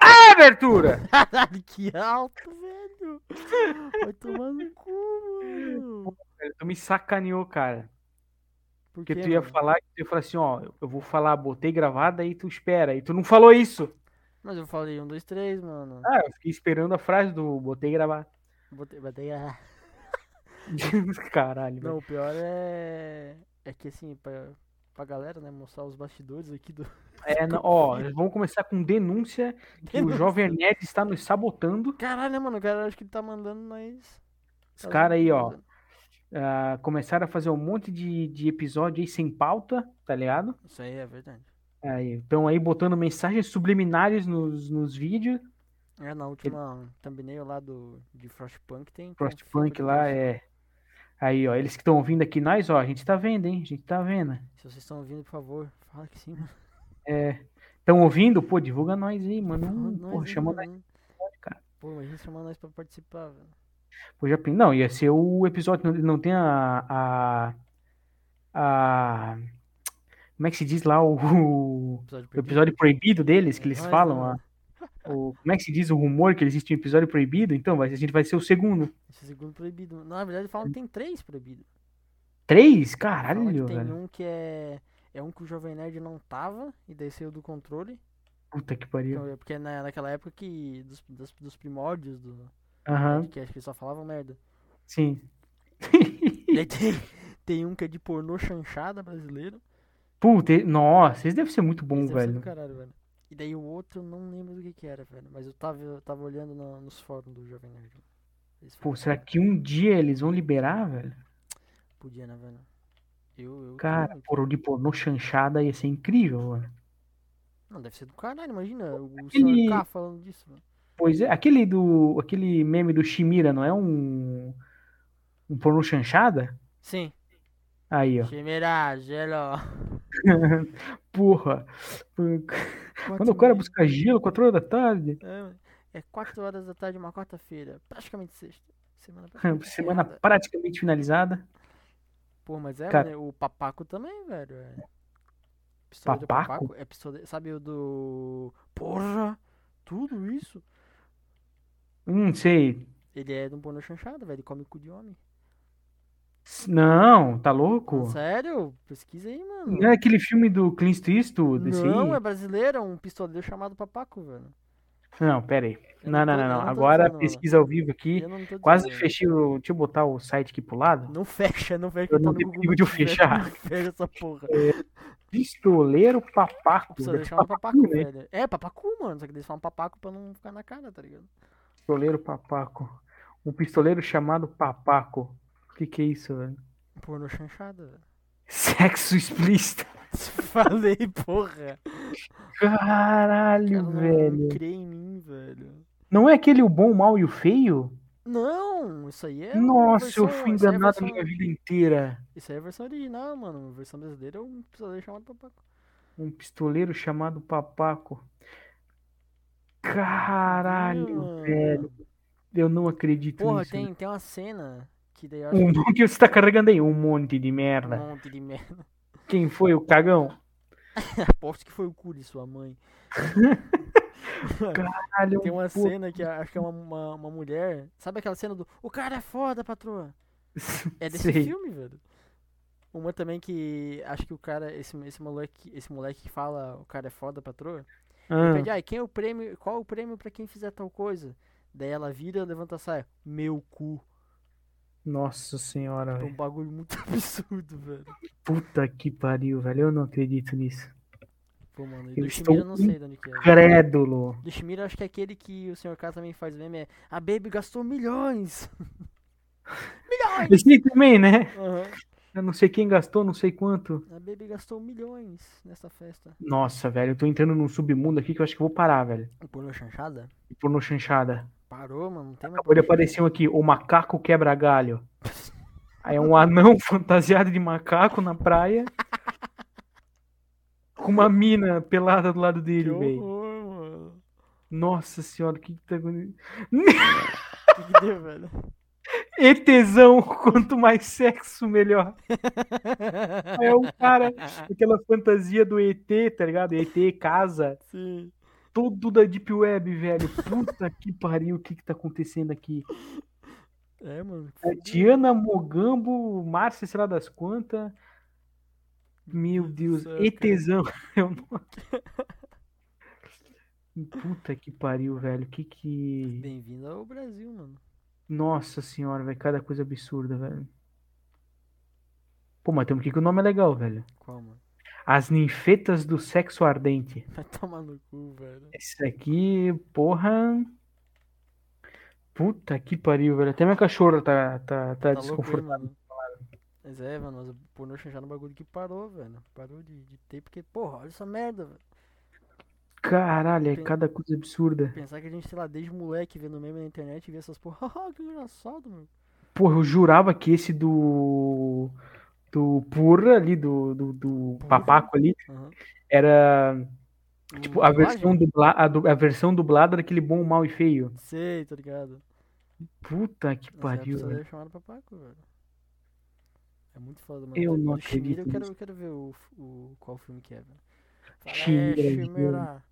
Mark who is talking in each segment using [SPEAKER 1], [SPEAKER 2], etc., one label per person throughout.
[SPEAKER 1] é abertura!
[SPEAKER 2] Caralho, que alto, velho. Vai tomar no cu, mano.
[SPEAKER 1] Velho, Tu me sacaneou, cara.
[SPEAKER 2] Por
[SPEAKER 1] Porque
[SPEAKER 2] quê,
[SPEAKER 1] tu ia
[SPEAKER 2] mano?
[SPEAKER 1] falar, tu ia falar assim, ó, eu vou falar, botei gravada e tu espera. E tu não falou isso.
[SPEAKER 2] Mas eu falei um, dois, três, mano.
[SPEAKER 1] Ah, eu fiquei esperando a frase do botei gravada.
[SPEAKER 2] Botei, botei a...
[SPEAKER 1] Caralho, velho.
[SPEAKER 2] Não, o pior é. É que assim, pra, pra galera, né, mostrar os bastidores aqui do.
[SPEAKER 1] É, não, ó, eles vão começar com denúncia que o Jovem Nerd está nos sabotando.
[SPEAKER 2] Caralho, né, mano, o cara acho que ele tá mandando nós.
[SPEAKER 1] Os
[SPEAKER 2] fazer
[SPEAKER 1] caras aí, ó,
[SPEAKER 2] coisa.
[SPEAKER 1] ah, começaram a fazer um monte de, de episódio aí sem pauta, tá ligado?
[SPEAKER 2] Isso aí é verdade.
[SPEAKER 1] Aí, estão aí botando mensagens subliminares nos, nos vídeos.
[SPEAKER 2] É, na última thumbnail lá do, de Frostpunk tem.
[SPEAKER 1] Frostpunk
[SPEAKER 2] conflito
[SPEAKER 1] lá
[SPEAKER 2] de-
[SPEAKER 1] é. Aí, ó, eles que estão ouvindo aqui nós, ó, a gente tá vendo, hein? A gente tá vendo.
[SPEAKER 2] Se vocês estão ouvindo, por favor, fala que sim, mano.
[SPEAKER 1] Estão É, ouvindo? Pô, divulga nós aí, mano.
[SPEAKER 2] Fala
[SPEAKER 1] Hum,
[SPEAKER 2] nós
[SPEAKER 1] Porra,
[SPEAKER 2] aí,
[SPEAKER 1] chama nós,
[SPEAKER 2] mano.
[SPEAKER 1] cara.
[SPEAKER 2] Pô, imagina chamar nós pra participar, velho.
[SPEAKER 1] Pô, já... pen- Não, ia ser o episódio, não, não tem a, a. a- Como é que se diz lá o.
[SPEAKER 2] Episódio
[SPEAKER 1] O episódio proibido deles, que
[SPEAKER 2] É
[SPEAKER 1] eles
[SPEAKER 2] nóis,
[SPEAKER 1] falam,
[SPEAKER 2] né,
[SPEAKER 1] a-
[SPEAKER 2] mano?
[SPEAKER 1] o, como é que se diz o rumor que existe um episódio proibido? Então, vai, a gente vai ser o segundo.
[SPEAKER 2] Esse é segundo proibido. mano. Na verdade, falam que tem três proibidos.
[SPEAKER 1] Três?
[SPEAKER 2] Falam que
[SPEAKER 1] Caralho,
[SPEAKER 2] tem
[SPEAKER 1] velho.
[SPEAKER 2] um que é. É um que o Jovem Nerd não tava e daí saiu do controle.
[SPEAKER 1] Puta que pariu.
[SPEAKER 2] Então, é Porque na, naquela época que. Dos, das- dos primórdios do
[SPEAKER 1] Aham,
[SPEAKER 2] podcast que eles só falavam merda.
[SPEAKER 1] sim.
[SPEAKER 2] E aí tem, tem um que é de pornô chanchada brasileiro.
[SPEAKER 1] Puta, e- nossa, esse deve ser muito bom,
[SPEAKER 2] Esse deve ser do
[SPEAKER 1] velho.
[SPEAKER 2] caralho, velho. E daí o outro eu não lembro do que que era, velho. Mas eu tava, eu tava olhando no- nos fóruns do Jovem Nerd. Eles
[SPEAKER 1] Pô,
[SPEAKER 2] falavam,
[SPEAKER 1] será que um dia eles vão liberar, velho?
[SPEAKER 2] Podia, né, velho? Eu, eu.
[SPEAKER 1] Cara,
[SPEAKER 2] queria.
[SPEAKER 1] por de pornô chanchada ia ser incrível, mano.
[SPEAKER 2] Não, deve ser do caralho, imagina. O
[SPEAKER 1] Aquele-
[SPEAKER 2] senhor K falando disso, velho.
[SPEAKER 1] Pois é, aquele do. Aquele meme do Shimira não é um. Um pornô chanchada?
[SPEAKER 2] Sim.
[SPEAKER 1] Aí, ó.
[SPEAKER 2] Chimera, gelo.
[SPEAKER 1] Porra. Quando o cara buscar gelo, 4 horas da tarde.
[SPEAKER 2] É 4 horas da tarde, uma quarta-feira. Praticamente sexta. Semana
[SPEAKER 1] Semana
[SPEAKER 2] passada.
[SPEAKER 1] praticamente finalizada.
[SPEAKER 2] Pô, mas é,
[SPEAKER 1] Cara-
[SPEAKER 2] mano, o papaco também, velho. É. Pistola de
[SPEAKER 1] Papaco?
[SPEAKER 2] É pistola de- Sabe o do. Porra! Tudo isso?
[SPEAKER 1] Hum, sei.
[SPEAKER 2] Ele é de um pornô chanchado, velho. Ele come cu de homem.
[SPEAKER 1] S- Não, tá
[SPEAKER 2] Mano,
[SPEAKER 1] louco?
[SPEAKER 2] Sério? Pesquisa aí, mano.
[SPEAKER 1] Não é aquele filme do Clint Eastwood, esse tipo
[SPEAKER 2] Não,
[SPEAKER 1] aí?
[SPEAKER 2] é brasileiro, é um pistoleiro chamado Papaco, velho.
[SPEAKER 1] Não, pera aí.
[SPEAKER 2] é Eu
[SPEAKER 1] Não, não,
[SPEAKER 2] tô-
[SPEAKER 1] não,
[SPEAKER 2] eu
[SPEAKER 1] não.
[SPEAKER 2] tô
[SPEAKER 1] Agora
[SPEAKER 2] dizendo, mano.
[SPEAKER 1] pesquisa ao vivo aqui.
[SPEAKER 2] Eu não tô
[SPEAKER 1] Quase
[SPEAKER 2] dizendo.
[SPEAKER 1] fechei o. Deixa eu botar o site aqui pro lado.
[SPEAKER 2] Não fecha, não fecha.
[SPEAKER 1] Eu
[SPEAKER 2] que
[SPEAKER 1] não
[SPEAKER 2] tá no
[SPEAKER 1] tenho
[SPEAKER 2] Google
[SPEAKER 1] perigo de eu
[SPEAKER 2] Maps, velho.
[SPEAKER 1] fechar.
[SPEAKER 2] Não fecha essa porra.
[SPEAKER 1] Pistoleiro Papaco.
[SPEAKER 2] Precisa
[SPEAKER 1] Deve ser
[SPEAKER 2] deixar um papaco,
[SPEAKER 1] papacu, né?
[SPEAKER 2] velho. É, papacu, mano. Só que eles falam papaco pra não ficar na cara, tá ligado?
[SPEAKER 1] Pistoleiro Papaco. Um pistoleiro chamado Papaco. O que que é isso, velho?
[SPEAKER 2] Pornô chanchada, velho.
[SPEAKER 1] Sexo explícito.
[SPEAKER 2] Falei, porra.
[SPEAKER 1] Caralho,
[SPEAKER 2] Cara, não
[SPEAKER 1] velho.
[SPEAKER 2] crê em mim, velho.
[SPEAKER 1] Não é aquele o bom, o mal e o feio?
[SPEAKER 2] Não, isso aí é. uma
[SPEAKER 1] Nossa,
[SPEAKER 2] versão,
[SPEAKER 1] eu fui
[SPEAKER 2] isso aí é
[SPEAKER 1] enganado
[SPEAKER 2] versão-
[SPEAKER 1] minha vida inteira.
[SPEAKER 2] Isso aí é a versão original, mano. A versão brasileira é um pistoleiro chamado papaco.
[SPEAKER 1] Um pistoleiro chamado Papaco. Caralho,
[SPEAKER 2] Mano.
[SPEAKER 1] velho. Eu não acredito
[SPEAKER 2] Porra,
[SPEAKER 1] nisso.
[SPEAKER 2] tem, tem uma cena que daí eu acho
[SPEAKER 1] Um o que você tá carregando aí? Um monte de
[SPEAKER 2] um
[SPEAKER 1] merda.
[SPEAKER 2] monte de merda.
[SPEAKER 1] Quem foi o cagão?
[SPEAKER 2] Aposto que foi o cu de sua mãe.
[SPEAKER 1] Caralho,
[SPEAKER 2] Tem uma
[SPEAKER 1] pô.
[SPEAKER 2] cena que acho que é uma, uma, uma mulher. Sabe aquela cena do. O cara é foda, patroa? É desse
[SPEAKER 1] Sei.
[SPEAKER 2] filme, velho. Uma também que acho que o cara, esse, esse moleque, esse moleque que fala, o cara é foda, patroa.
[SPEAKER 1] Ah,
[SPEAKER 2] Pede, ai, quem é o prêmio, qual o prêmio pra quem fizer tal coisa? Daí ela vira, levanta a saia, meu cu.
[SPEAKER 1] nossa senhora,
[SPEAKER 2] É
[SPEAKER 1] velho.
[SPEAKER 2] um bagulho muito absurdo, velho.
[SPEAKER 1] Puta que pariu, velho. Eu não acredito nisso.
[SPEAKER 2] Pô, mano, e
[SPEAKER 1] Eu
[SPEAKER 2] do
[SPEAKER 1] estou
[SPEAKER 2] Shimira eu não sei de onde que é. velho.
[SPEAKER 1] Crédulo.
[SPEAKER 2] Do Shimira acho que é aquele que o Sr. K também faz meme, é, a Baby gastou milhões. milhões!
[SPEAKER 1] Esse aí também, né?
[SPEAKER 2] Aham.
[SPEAKER 1] Eu não sei quem gastou, não sei quanto.
[SPEAKER 2] A Baby gastou milhões nessa festa.
[SPEAKER 1] Nossa, velho, eu tô entrando num submundo aqui que eu acho que eu vou parar, velho.
[SPEAKER 2] Pornô chanchada?
[SPEAKER 1] Pornô chanchada.
[SPEAKER 2] Parou, mano, não tem mais
[SPEAKER 1] Ele
[SPEAKER 2] pornô chanchada.
[SPEAKER 1] apareceu um aqui, o macaco quebra galho. Aí é um anão fantasiado de macaco na praia. Com uma mina pelada do lado
[SPEAKER 2] Que
[SPEAKER 1] dele, velho.
[SPEAKER 2] horror, mano.
[SPEAKER 1] Nossa senhora, o que que tá acontecendo?
[SPEAKER 2] O que, que deu, velho?
[SPEAKER 1] Etesão, quanto mais sexo, melhor. um Aí É o cara, aquela fantasia do ET, tá ligado? ET, casa.
[SPEAKER 2] Sim.
[SPEAKER 1] todo da Deep Web, velho. Puta que pariu, o que que tá acontecendo aqui?
[SPEAKER 2] É, mano.
[SPEAKER 1] É, Diana Mogambo, Márcia, sei lá das quantas. Meu Deus,
[SPEAKER 2] céu,
[SPEAKER 1] ETzão. É o nome. Puta que pariu, velho. Que que.
[SPEAKER 2] Bem-vindo ao Brasil, mano.
[SPEAKER 1] Nossa senhora, velho. Cada coisa absurda, velho. Pô, mas tem um que que o nome é legal, velho.
[SPEAKER 2] Qual, mano?
[SPEAKER 1] As ninfetas do sexo ardente.
[SPEAKER 2] Vai tomar no cu, velho.
[SPEAKER 1] Esse aqui, porra. Puta que pariu, velho. Até minha cachorra tá, tá, tá,
[SPEAKER 2] Tá louco, hein,
[SPEAKER 1] desconfortável.
[SPEAKER 2] mano. Mas é, mano, mas o pornô chanchado é um bagulho que parou, velho. Parou de, de ter, porque, porra, olha essa merda, velho.
[SPEAKER 1] Caralho, é cada coisa absurda.
[SPEAKER 2] Pensar que a gente, sei lá, desde moleque vendo meme na internet e vê essas porra, haha, que engraçado, meu.
[SPEAKER 1] Porra, eu jurava que esse do. Do Purra ali, do, do, do
[SPEAKER 2] Purra?
[SPEAKER 1] Papaco ali,
[SPEAKER 2] Aham.
[SPEAKER 1] era tipo a
[SPEAKER 2] Dublagem?
[SPEAKER 1] versão, dubla, a, du- a versão dublada daquele bom, mal e feio.
[SPEAKER 2] Sei, tá ligado?
[SPEAKER 1] Puta que
[SPEAKER 2] Nessa época
[SPEAKER 1] pariu,
[SPEAKER 2] só
[SPEAKER 1] velho.
[SPEAKER 2] deve chamar o Papaco, velho. É muito foda, mano.
[SPEAKER 1] Eu
[SPEAKER 2] Do-
[SPEAKER 1] não
[SPEAKER 2] do
[SPEAKER 1] acredito
[SPEAKER 2] Shimira, eu quero,
[SPEAKER 1] nisso.
[SPEAKER 2] eu quero ver o, f- o, qual filme que é, velho. Fala,
[SPEAKER 1] Shimira,
[SPEAKER 2] é,
[SPEAKER 1] Shimira.
[SPEAKER 2] Shimira.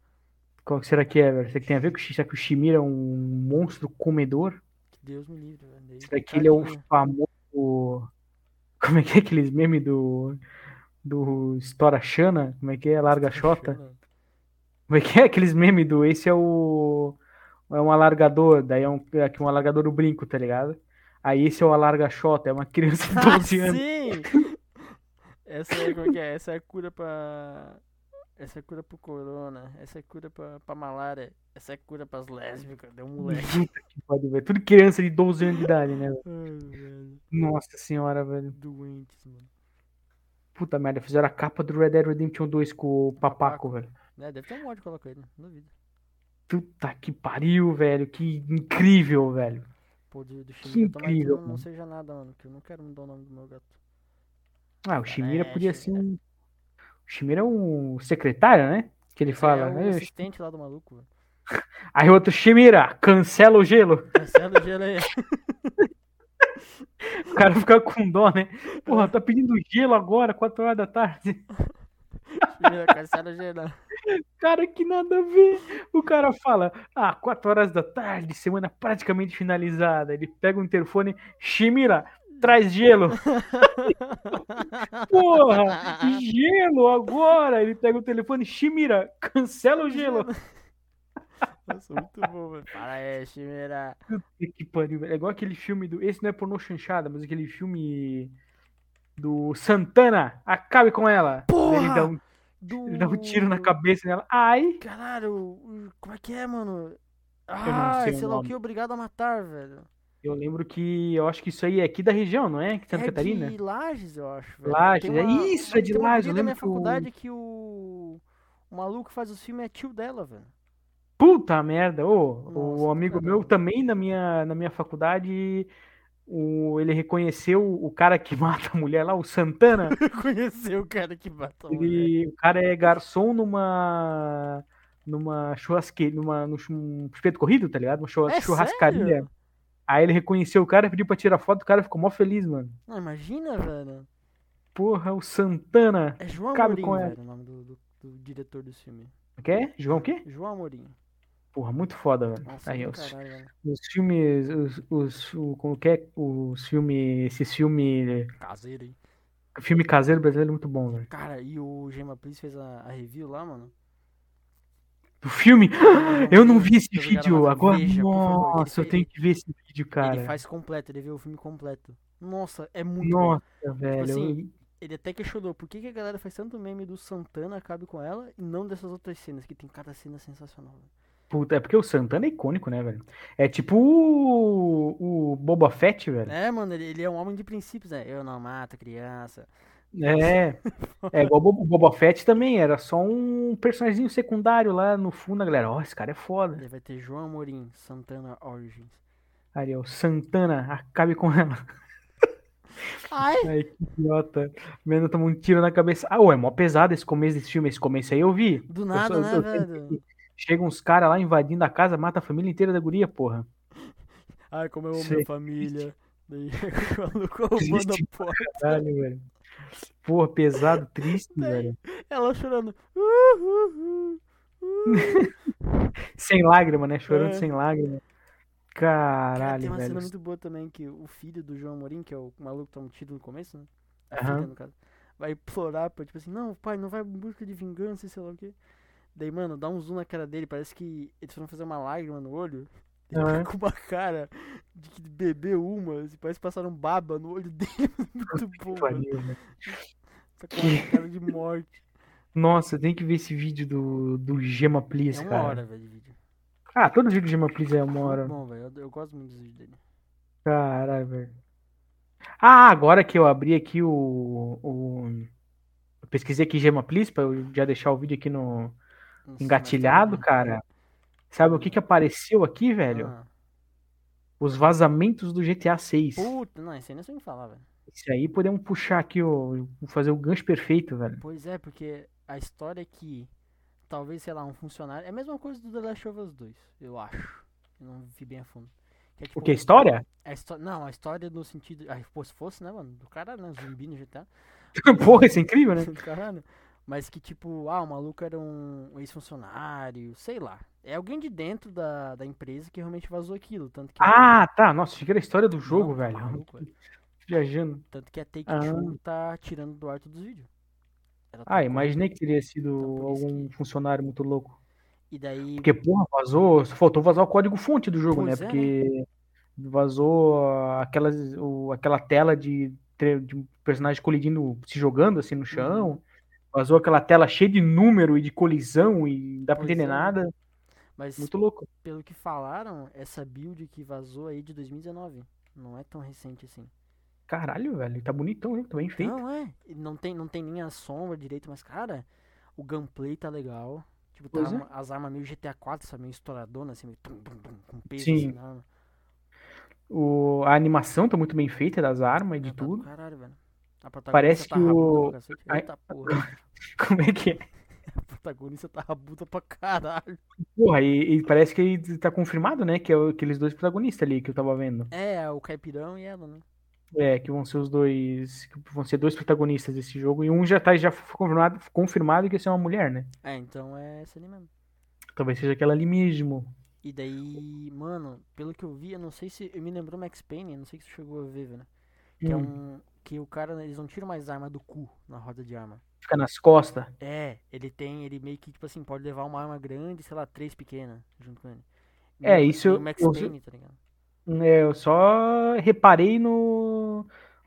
[SPEAKER 1] Qual que será que é, velho? Será que tem a ver com o Shi- Será que o Shimira é um monstro comedor?
[SPEAKER 2] Que Deus me livre, velho. Daí, tá
[SPEAKER 1] Será que ele é o
[SPEAKER 2] tadinho.
[SPEAKER 1] famoso. Como é que é aqueles memes do. Do Estoura Xana? Como é que é? Larga Xota?
[SPEAKER 2] Shimira.
[SPEAKER 1] Como é que é aqueles memes do? Esse é o. É um alargador, daí é um, é aqui um alargador do brinco, tá ligado? Aí esse é o alarga-xota, é uma criança de
[SPEAKER 2] Ah,
[SPEAKER 1] 12 anos.
[SPEAKER 2] sim! Essa é, como é que é? Essa é a cura pra... Essa é a cura pro corona. Essa é a cura pra, pra malária. Essa é a cura pras lésbicas. Deu um moleque.
[SPEAKER 1] Puta que pariu, velho. Tudo criança de 12 anos de idade, né? velho?
[SPEAKER 2] Ai, velho.
[SPEAKER 1] Nossa senhora, velho.
[SPEAKER 2] Doentes, mano.
[SPEAKER 1] Puta merda, fizeram a capa do Red Dead Redemption 2 com o Papaco,
[SPEAKER 2] Papaco.
[SPEAKER 1] velho.
[SPEAKER 2] Né? Deve ter um mod que coloca ele, não duvido.
[SPEAKER 1] Puta que pariu, velho. Que incrível, velho.
[SPEAKER 2] Pô, do, do Shimira.
[SPEAKER 1] Que
[SPEAKER 2] Tomara que
[SPEAKER 1] incrível,
[SPEAKER 2] não, não
[SPEAKER 1] mano.
[SPEAKER 2] seja nada, mano. Que eu não quero mudar o nome do meu gato.
[SPEAKER 1] Ah, o Shimira
[SPEAKER 2] é,
[SPEAKER 1] podia ser
[SPEAKER 2] Shimira.
[SPEAKER 1] um. O Shimira é um secretário, né? Que ele
[SPEAKER 2] Esse
[SPEAKER 1] fala,
[SPEAKER 2] é o
[SPEAKER 1] né?
[SPEAKER 2] assistente lá do maluco, velho.
[SPEAKER 1] Aí o outro, Shimira, cancela o gelo.
[SPEAKER 2] Marcelo Gelo aí.
[SPEAKER 1] O cara fica com dó, né? Porra, tá pedindo gelo agora, 4 horas da tarde.
[SPEAKER 2] Shimira, Marcelo Gelo.
[SPEAKER 1] Cara, que nada a ver. O cara fala, ah, 4 horas da tarde, semana praticamente finalizada. Ele pega o interfone, Shimira, traz gelo. Porra, gelo agora. Ele pega o telefone, Shimira, cancela o gelo.
[SPEAKER 2] Nossa, muito bom, velho. Para aí, Shimira.
[SPEAKER 1] Puta Que pariu, velho. É igual aquele filme do. Esse não é pornô chanchada, mas aquele filme do Santana. Acabe com ela.
[SPEAKER 2] Porra!
[SPEAKER 1] Ele dá, um,
[SPEAKER 2] Do...
[SPEAKER 1] ele dá um tiro na cabeça dela. Ai!
[SPEAKER 2] Caralho, o- como é que é, mano?
[SPEAKER 1] não
[SPEAKER 2] Ah,
[SPEAKER 1] sei o
[SPEAKER 2] sei lá o
[SPEAKER 1] nome.
[SPEAKER 2] que, obrigado a matar, velho.
[SPEAKER 1] Eu lembro que eu acho que isso aí é aqui da região, não é? Santa
[SPEAKER 2] é
[SPEAKER 1] Catarina?
[SPEAKER 2] de Lages, eu acho.
[SPEAKER 1] Lages,
[SPEAKER 2] Tem
[SPEAKER 1] é isso, é de
[SPEAKER 2] tem uma
[SPEAKER 1] Lages, eu
[SPEAKER 2] guria da minha
[SPEAKER 1] lembro que o-
[SPEAKER 2] faculdade que o... o maluco que faz os filmes é tio dela, velho.
[SPEAKER 1] Puta merda! ô, o
[SPEAKER 2] Nossa,
[SPEAKER 1] amigo
[SPEAKER 2] caramba.
[SPEAKER 1] meu também na minha, na minha faculdade, o, ele reconheceu o cara que mata a mulher lá, o Santana.
[SPEAKER 2] Conheceu o cara que mata a mulher.
[SPEAKER 1] Ele, o cara é garçom numa numa churrasqueira, numa num chu- um espeto corrido, tá ligado? Uma churra-
[SPEAKER 2] É
[SPEAKER 1] churrascaria.
[SPEAKER 2] sério?
[SPEAKER 1] Aí ele reconheceu o cara, pediu pra tirar foto, o cara ficou mó feliz, mano.
[SPEAKER 2] Não, imagina, velho.
[SPEAKER 1] Porra, o Santana.
[SPEAKER 2] É João
[SPEAKER 1] Cabe
[SPEAKER 2] Amorim,
[SPEAKER 1] com ela.
[SPEAKER 2] velho, o nome do, do- do diretor do filme.
[SPEAKER 1] Quer? João o quê?
[SPEAKER 2] João Amorim.
[SPEAKER 1] Porra, muito foda, velho.
[SPEAKER 2] Nossa,
[SPEAKER 1] Aí,
[SPEAKER 2] do
[SPEAKER 1] os-
[SPEAKER 2] caralho, velho.
[SPEAKER 1] Os filmes, os, os, o, como que é? Os filmes, esses filmes,
[SPEAKER 2] Caseiro, hein?
[SPEAKER 1] filme caseiro brasileiro é muito bom, velho.
[SPEAKER 2] Cara, e o Gema Please fez a, a review lá, mano?
[SPEAKER 1] O filme, eu não vi esse
[SPEAKER 2] Eu vi, cara,
[SPEAKER 1] vídeo
[SPEAKER 2] mas
[SPEAKER 1] agora,
[SPEAKER 2] veja, por favor, que
[SPEAKER 1] nossa, eu
[SPEAKER 2] ele-
[SPEAKER 1] tenho que ver esse vídeo,
[SPEAKER 2] Ele
[SPEAKER 1] cara.
[SPEAKER 2] faz completo, ele vê o filme completo. Nossa, é muito bom.
[SPEAKER 1] Nossa, velho,
[SPEAKER 2] assim, Ele até questionou por que, que a galera faz tanto meme do Santana, acabe com ela, e não dessas outras cenas, que tem cada cena sensacional. velho.
[SPEAKER 1] puta, é porque o Santana é icônico, né, velho? É tipo o, o Boba Fett, velho.
[SPEAKER 2] É, mano, ele, ele é um homem de princípios, né? Eu não mato criança.
[SPEAKER 1] É, é igual o Bob- o Boba Fett também, era só um personagemzinho secundário lá no fundo, a galera, ó, esse cara é foda.
[SPEAKER 2] Ele vai ter João Amorim, Santana Origins.
[SPEAKER 1] Ariel, Santana, acabe com ela.
[SPEAKER 2] Ai!
[SPEAKER 1] Ai, que idiota. Menina tomou um tiro na cabeça. Ah, ué, mó pesado esse começo desse filme. Esse começo aí eu vi.
[SPEAKER 2] Do nada,
[SPEAKER 1] eu-
[SPEAKER 2] né,
[SPEAKER 1] eu-
[SPEAKER 2] velho?
[SPEAKER 1] Chegam uns caras lá invadindo a casa, mata a família inteira da guria, porra.
[SPEAKER 2] Ai, como eu amo
[SPEAKER 1] Sei.
[SPEAKER 2] minha família. Daí o maluco roubando
[SPEAKER 1] Existe.
[SPEAKER 2] a porta.
[SPEAKER 1] Caralho, velho. Porra, pesado, triste,
[SPEAKER 2] Daí-
[SPEAKER 1] velho.
[SPEAKER 2] Ela chorando. Uh, uh, uh.
[SPEAKER 1] Sem lágrima, né? Chorando
[SPEAKER 2] É.
[SPEAKER 1] sem lágrima.
[SPEAKER 2] Cara, tem
[SPEAKER 1] Caralho,
[SPEAKER 2] uma cena
[SPEAKER 1] velho.
[SPEAKER 2] muito boa também que o filho do João Amorim, que é o maluco que toma um tiro no começo, né? A
[SPEAKER 1] Aham.
[SPEAKER 2] filha, no caso, vai implorar pra, tipo assim, não, pai, não vai em busca de vingança e sei lá o quê. Daí, mano, dá um zoom na cara dele, parece que eles foram fazer uma lágrima no olho. e Ele
[SPEAKER 1] Aham.
[SPEAKER 2] tá com uma cara de que bebeu uma, assim, parece que passaram baba no olho dele. Muito bom, mano.
[SPEAKER 1] Pariu, velho.
[SPEAKER 2] Tá com uma cara de morte.
[SPEAKER 1] Nossa, tem que ver esse vídeo do, do Gema Please,
[SPEAKER 2] é uma
[SPEAKER 1] cara.
[SPEAKER 2] hora, velho, de vídeo.
[SPEAKER 1] Ah, todo vídeo do Gema Please é uma hora.
[SPEAKER 2] Muito bom, velho. Eu, eu gosto muito dos vídeos dele.
[SPEAKER 1] Caralho, velho. Ah, agora que eu abri aqui o. o... Eu pesquisei aqui Gema Please pra eu já deixar o vídeo aqui no
[SPEAKER 2] Nossa, mas
[SPEAKER 1] engatilhado,
[SPEAKER 2] tá-
[SPEAKER 1] cara. Sabe o que que apareceu aqui, velho?
[SPEAKER 2] Ah,
[SPEAKER 1] Os vazamentos do GTA 6.
[SPEAKER 2] Puta, não, isso aí não sei o que falar, velho.
[SPEAKER 1] Isso aí podemos puxar aqui, o, fazer o gancho perfeito, velho.
[SPEAKER 2] Pois é, porque a história é que talvez, sei lá, um funcionário. É a mesma coisa do The Last of Us 2, eu acho. Eu não vi bem a fundo. Que é,
[SPEAKER 1] O
[SPEAKER 2] tipo,
[SPEAKER 1] que? História?
[SPEAKER 2] a histó- Não, a história no sentido. Ai, pô, se fosse, né, mano? Do caralho, né? Zumbi no GTA.
[SPEAKER 1] Porra, isso é incrível, né?
[SPEAKER 2] Do caralho. Mas que, tipo, ah, o maluco era um ex-funcionário, sei lá. É alguém de dentro da, da empresa que realmente vazou aquilo. Tanto que.
[SPEAKER 1] Ah, tá. Nossa, achei que era a história do
[SPEAKER 2] Não,
[SPEAKER 1] jogo,
[SPEAKER 2] tá
[SPEAKER 1] velho.
[SPEAKER 2] maluco, velho.
[SPEAKER 1] Viajando.
[SPEAKER 2] Tanto que a Take
[SPEAKER 1] Ah.
[SPEAKER 2] Two tá tirando do ar todos os vídeos. Ela tá
[SPEAKER 1] Ah,
[SPEAKER 2] com-
[SPEAKER 1] imaginei que teria sido
[SPEAKER 2] Então, por isso
[SPEAKER 1] algum funcionário muito louco.
[SPEAKER 2] E daí.
[SPEAKER 1] Porque, porra, vazou. só Faltou vazar o código fonte do jogo,
[SPEAKER 2] Pois
[SPEAKER 1] né?
[SPEAKER 2] é,
[SPEAKER 1] Porque vazou aquelas, o- aquela tela de, tre- de um personagem colidindo, se jogando assim
[SPEAKER 2] Uhum.
[SPEAKER 1] no chão. Vazou aquela tela cheia de número e de colisão e não dá pra
[SPEAKER 2] Pois
[SPEAKER 1] entender
[SPEAKER 2] é.
[SPEAKER 1] nada.
[SPEAKER 2] Mas
[SPEAKER 1] Muito louco.
[SPEAKER 2] pelo que falaram, essa build que vazou aí de 2019. Não é tão recente assim.
[SPEAKER 1] Caralho, velho. Tá bonitão, hein? Tá bem feito.
[SPEAKER 2] Não é. E Não tem, não tem nem a sombra direito, mas, cara, o gameplay tá legal. Tipo, tá
[SPEAKER 1] Pois é.
[SPEAKER 2] uma- as armas meio GTA 4, sabe? Meio estouradona, assim, meio tum, tum, tum, com peso
[SPEAKER 1] Sim.
[SPEAKER 2] assim na arma.
[SPEAKER 1] O- a animação tá muito bem feita das armas e de
[SPEAKER 2] Ah, tá do
[SPEAKER 1] tudo.
[SPEAKER 2] Caralho, velho. A protagonista
[SPEAKER 1] Parece
[SPEAKER 2] tá
[SPEAKER 1] que
[SPEAKER 2] rabuda
[SPEAKER 1] o-
[SPEAKER 2] pra cacete.
[SPEAKER 1] Ai.
[SPEAKER 2] Eita porra,
[SPEAKER 1] Como é que é?
[SPEAKER 2] a protagonista tá rabuda pra caralho.
[SPEAKER 1] Porra, e, e parece que tá confirmado, né? Que é o- aqueles dois protagonistas ali que eu tava vendo.
[SPEAKER 2] É, o caipirão e ela, né?
[SPEAKER 1] É, que vão ser os dois. Que vão ser dois protagonistas desse jogo. E um já tá já foi confirmado, confirmado que ia ser uma mulher, né?
[SPEAKER 2] É, então é essa ali mesmo.
[SPEAKER 1] Talvez seja aquela ali mesmo.
[SPEAKER 2] E daí, mano, pelo que eu vi, eu não sei se. Me lembrou Max Payne, eu não sei se você chegou a ver, velho. Que é
[SPEAKER 1] Hum,
[SPEAKER 2] um. Que o cara, né, eles não tiram mais arma do cu na roda de arma.
[SPEAKER 1] Fica nas costas.
[SPEAKER 2] É, ele tem, ele meio que, tipo assim, pode levar uma arma grande, sei lá, três pequenas junto com ele.
[SPEAKER 1] É,
[SPEAKER 2] Nem-
[SPEAKER 1] isso
[SPEAKER 2] nem
[SPEAKER 1] eu-
[SPEAKER 2] o Max
[SPEAKER 1] eu-
[SPEAKER 2] Payne, tá ligado?
[SPEAKER 1] É, eu só reparei no.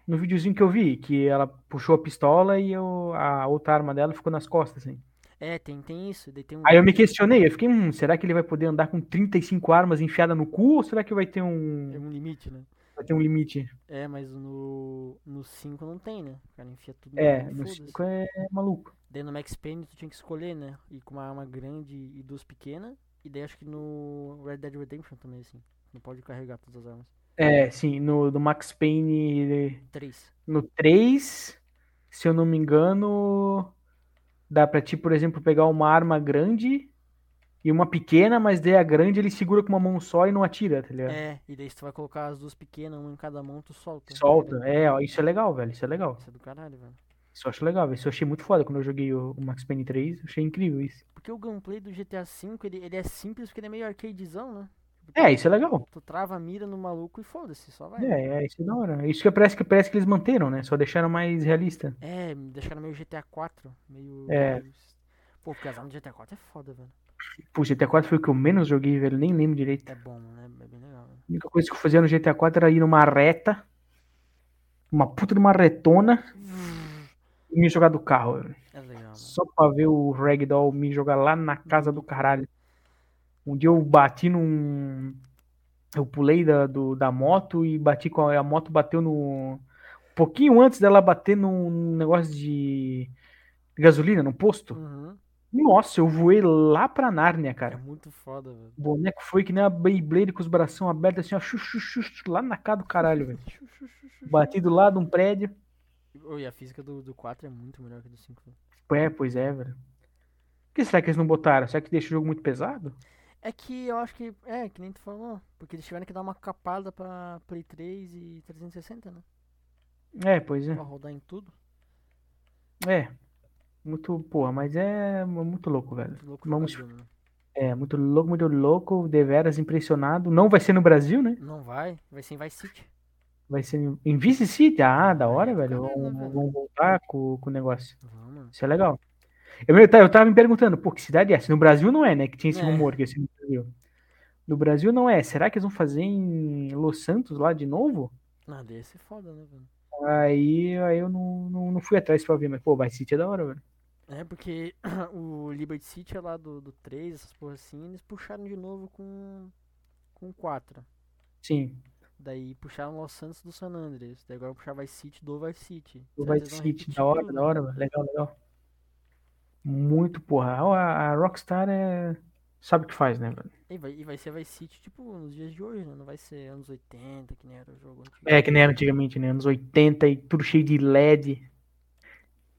[SPEAKER 1] No videozinho que eu vi, que ela puxou a pistola e eu- a outra arma dela ficou nas costas, assim.
[SPEAKER 2] É, tem, tem isso. Daí tem um.
[SPEAKER 1] Aí eu me questionei, eu fiquei, hum, será que ele vai poder andar com 35 armas enfiadas no cu ou será que vai ter
[SPEAKER 2] É
[SPEAKER 1] um,
[SPEAKER 2] um limite, né?
[SPEAKER 1] vai ter um limite?
[SPEAKER 2] É, mas no. No 5 não tem, né? O cara enfia tudo no
[SPEAKER 1] É,
[SPEAKER 2] cu,
[SPEAKER 1] no
[SPEAKER 2] foda-se.
[SPEAKER 1] 5 é maluco.
[SPEAKER 2] Daí no Max Payne tu tinha que escolher, né? Ir com uma arma grande e duas pequenas. E daí acho que no Red Dead Redemption também, assim. Não pode carregar todas as armas.
[SPEAKER 1] É, sim, no do Max Payne, ele-
[SPEAKER 2] Três.
[SPEAKER 1] no 3, se eu não me engano, dá pra ti, por exemplo, pegar uma arma grande e uma pequena, mas daí a grande ele segura com uma mão só e não atira, tá ligado?
[SPEAKER 2] É, e daí se tu vai colocar as duas pequenas, uma em cada mão, tu solta.
[SPEAKER 1] Solta, é, ó, isso é legal, velho, isso é legal.
[SPEAKER 2] Isso é do caralho, velho.
[SPEAKER 1] Isso eu acho legal, velho, isso eu achei muito foda quando eu joguei o, o Max Payne 3, eu achei incrível isso.
[SPEAKER 2] Porque o gameplay do GTA V, ele, ele é simples porque ele é meio arcadezão, né?
[SPEAKER 1] É, isso é legal.
[SPEAKER 2] Tu trava a mira no maluco e foda-se, só vai. né?
[SPEAKER 1] É, é, isso é da hora. Isso que parece que parece que eles manteram, né? Só deixaram mais realista.
[SPEAKER 2] É, me deixaram meio GTA 4, meio...
[SPEAKER 1] É.
[SPEAKER 2] Pô, porque as armas do GTA 4 é foda, velho.
[SPEAKER 1] Pô, GTA 4 foi o que eu menos joguei, velho. Nem lembro direito.
[SPEAKER 2] É bom, né? É bem legal, né?
[SPEAKER 1] A única coisa que eu fazia no GTA 4 era ir numa reta, uma puta de uma retona, e me jogar do carro. velho.
[SPEAKER 2] É legal, mano.
[SPEAKER 1] Só pra ver o Ragdoll me jogar lá na casa do caralho. Um dia eu bati num. Eu pulei da, do- da moto e bati com a, a moto bateu no. Um pouquinho antes dela bater num negócio de gasolina, num posto.
[SPEAKER 2] Uhum.
[SPEAKER 1] Nossa, eu voei lá pra Nárnia,
[SPEAKER 2] É
[SPEAKER 1] cara.
[SPEAKER 2] muito foda, velho.
[SPEAKER 1] O boneco foi que nem a Beyblade com os bração abertos, assim, ó, chu, chu, chu, chu, lá na cara do caralho, velho.
[SPEAKER 2] Chu, chu, chu, chu, chu.
[SPEAKER 1] Bati do lado de um prédio.
[SPEAKER 2] Ô, E a física do, do 4 é muito melhor que a do 5. velho.
[SPEAKER 1] É, pois é, velho. Por que será que eles não botaram? Será que deixa o jogo muito pesado?
[SPEAKER 2] É que eu acho que. É, que nem tu falou. Porque eles tiveram que dar uma capada pra Play 3 e 360, né?
[SPEAKER 1] É, pois é.
[SPEAKER 2] Pra rodar em tudo.
[SPEAKER 1] É. Muito, porra, mas é muito louco, velho.
[SPEAKER 2] Muito louco
[SPEAKER 1] Vamos-
[SPEAKER 2] jogador, né?
[SPEAKER 1] É, muito louco, muito louco, deveras impressionado. Não vai ser no Brasil, né?
[SPEAKER 2] Não vai, vai ser em Vice City.
[SPEAKER 1] Vai ser em- em Vice City. Ah, da hora, velho.
[SPEAKER 2] Caralho,
[SPEAKER 1] Vamos,
[SPEAKER 2] velho.
[SPEAKER 1] vamos voltar com, com o negócio.
[SPEAKER 2] Vamos.
[SPEAKER 1] Isso é legal. Eu, me- tá, eu tava me perguntando, pô, que cidade é essa? No Brasil não é, né? Que tinha esse
[SPEAKER 2] É.
[SPEAKER 1] rumor que ia ser no Brasil. No Brasil não é. Será que eles vão fazer em Los Santos lá de novo?
[SPEAKER 2] Ah, daí ia ser foda, né, velho?
[SPEAKER 1] Aí, aí eu não, não, não fui atrás pra ver, mas pô, Vice City é da hora, velho.
[SPEAKER 2] É, porque o Liberty City é lá do, do 3, essas porra assim, eles puxaram de novo com com o 4.
[SPEAKER 1] Sim,
[SPEAKER 2] Daí puxaram Los Santos do San Andreas. Daí agora puxar Vice City do Vice City.
[SPEAKER 1] o
[SPEAKER 2] Será que
[SPEAKER 1] Vice
[SPEAKER 2] eles vão
[SPEAKER 1] City,
[SPEAKER 2] repetir
[SPEAKER 1] é da hora,
[SPEAKER 2] tudo?
[SPEAKER 1] da hora, velho. Legal, legal. Muito, porra. A, a Rockstar é... sabe o que faz, né, velho?
[SPEAKER 2] E vai, e vai ser Vice City, tipo, nos dias de hoje, né? Não vai ser anos 80, que nem era o jogo antigo.
[SPEAKER 1] É, que nem era antigamente, né? Anos 80 e tudo cheio de LED.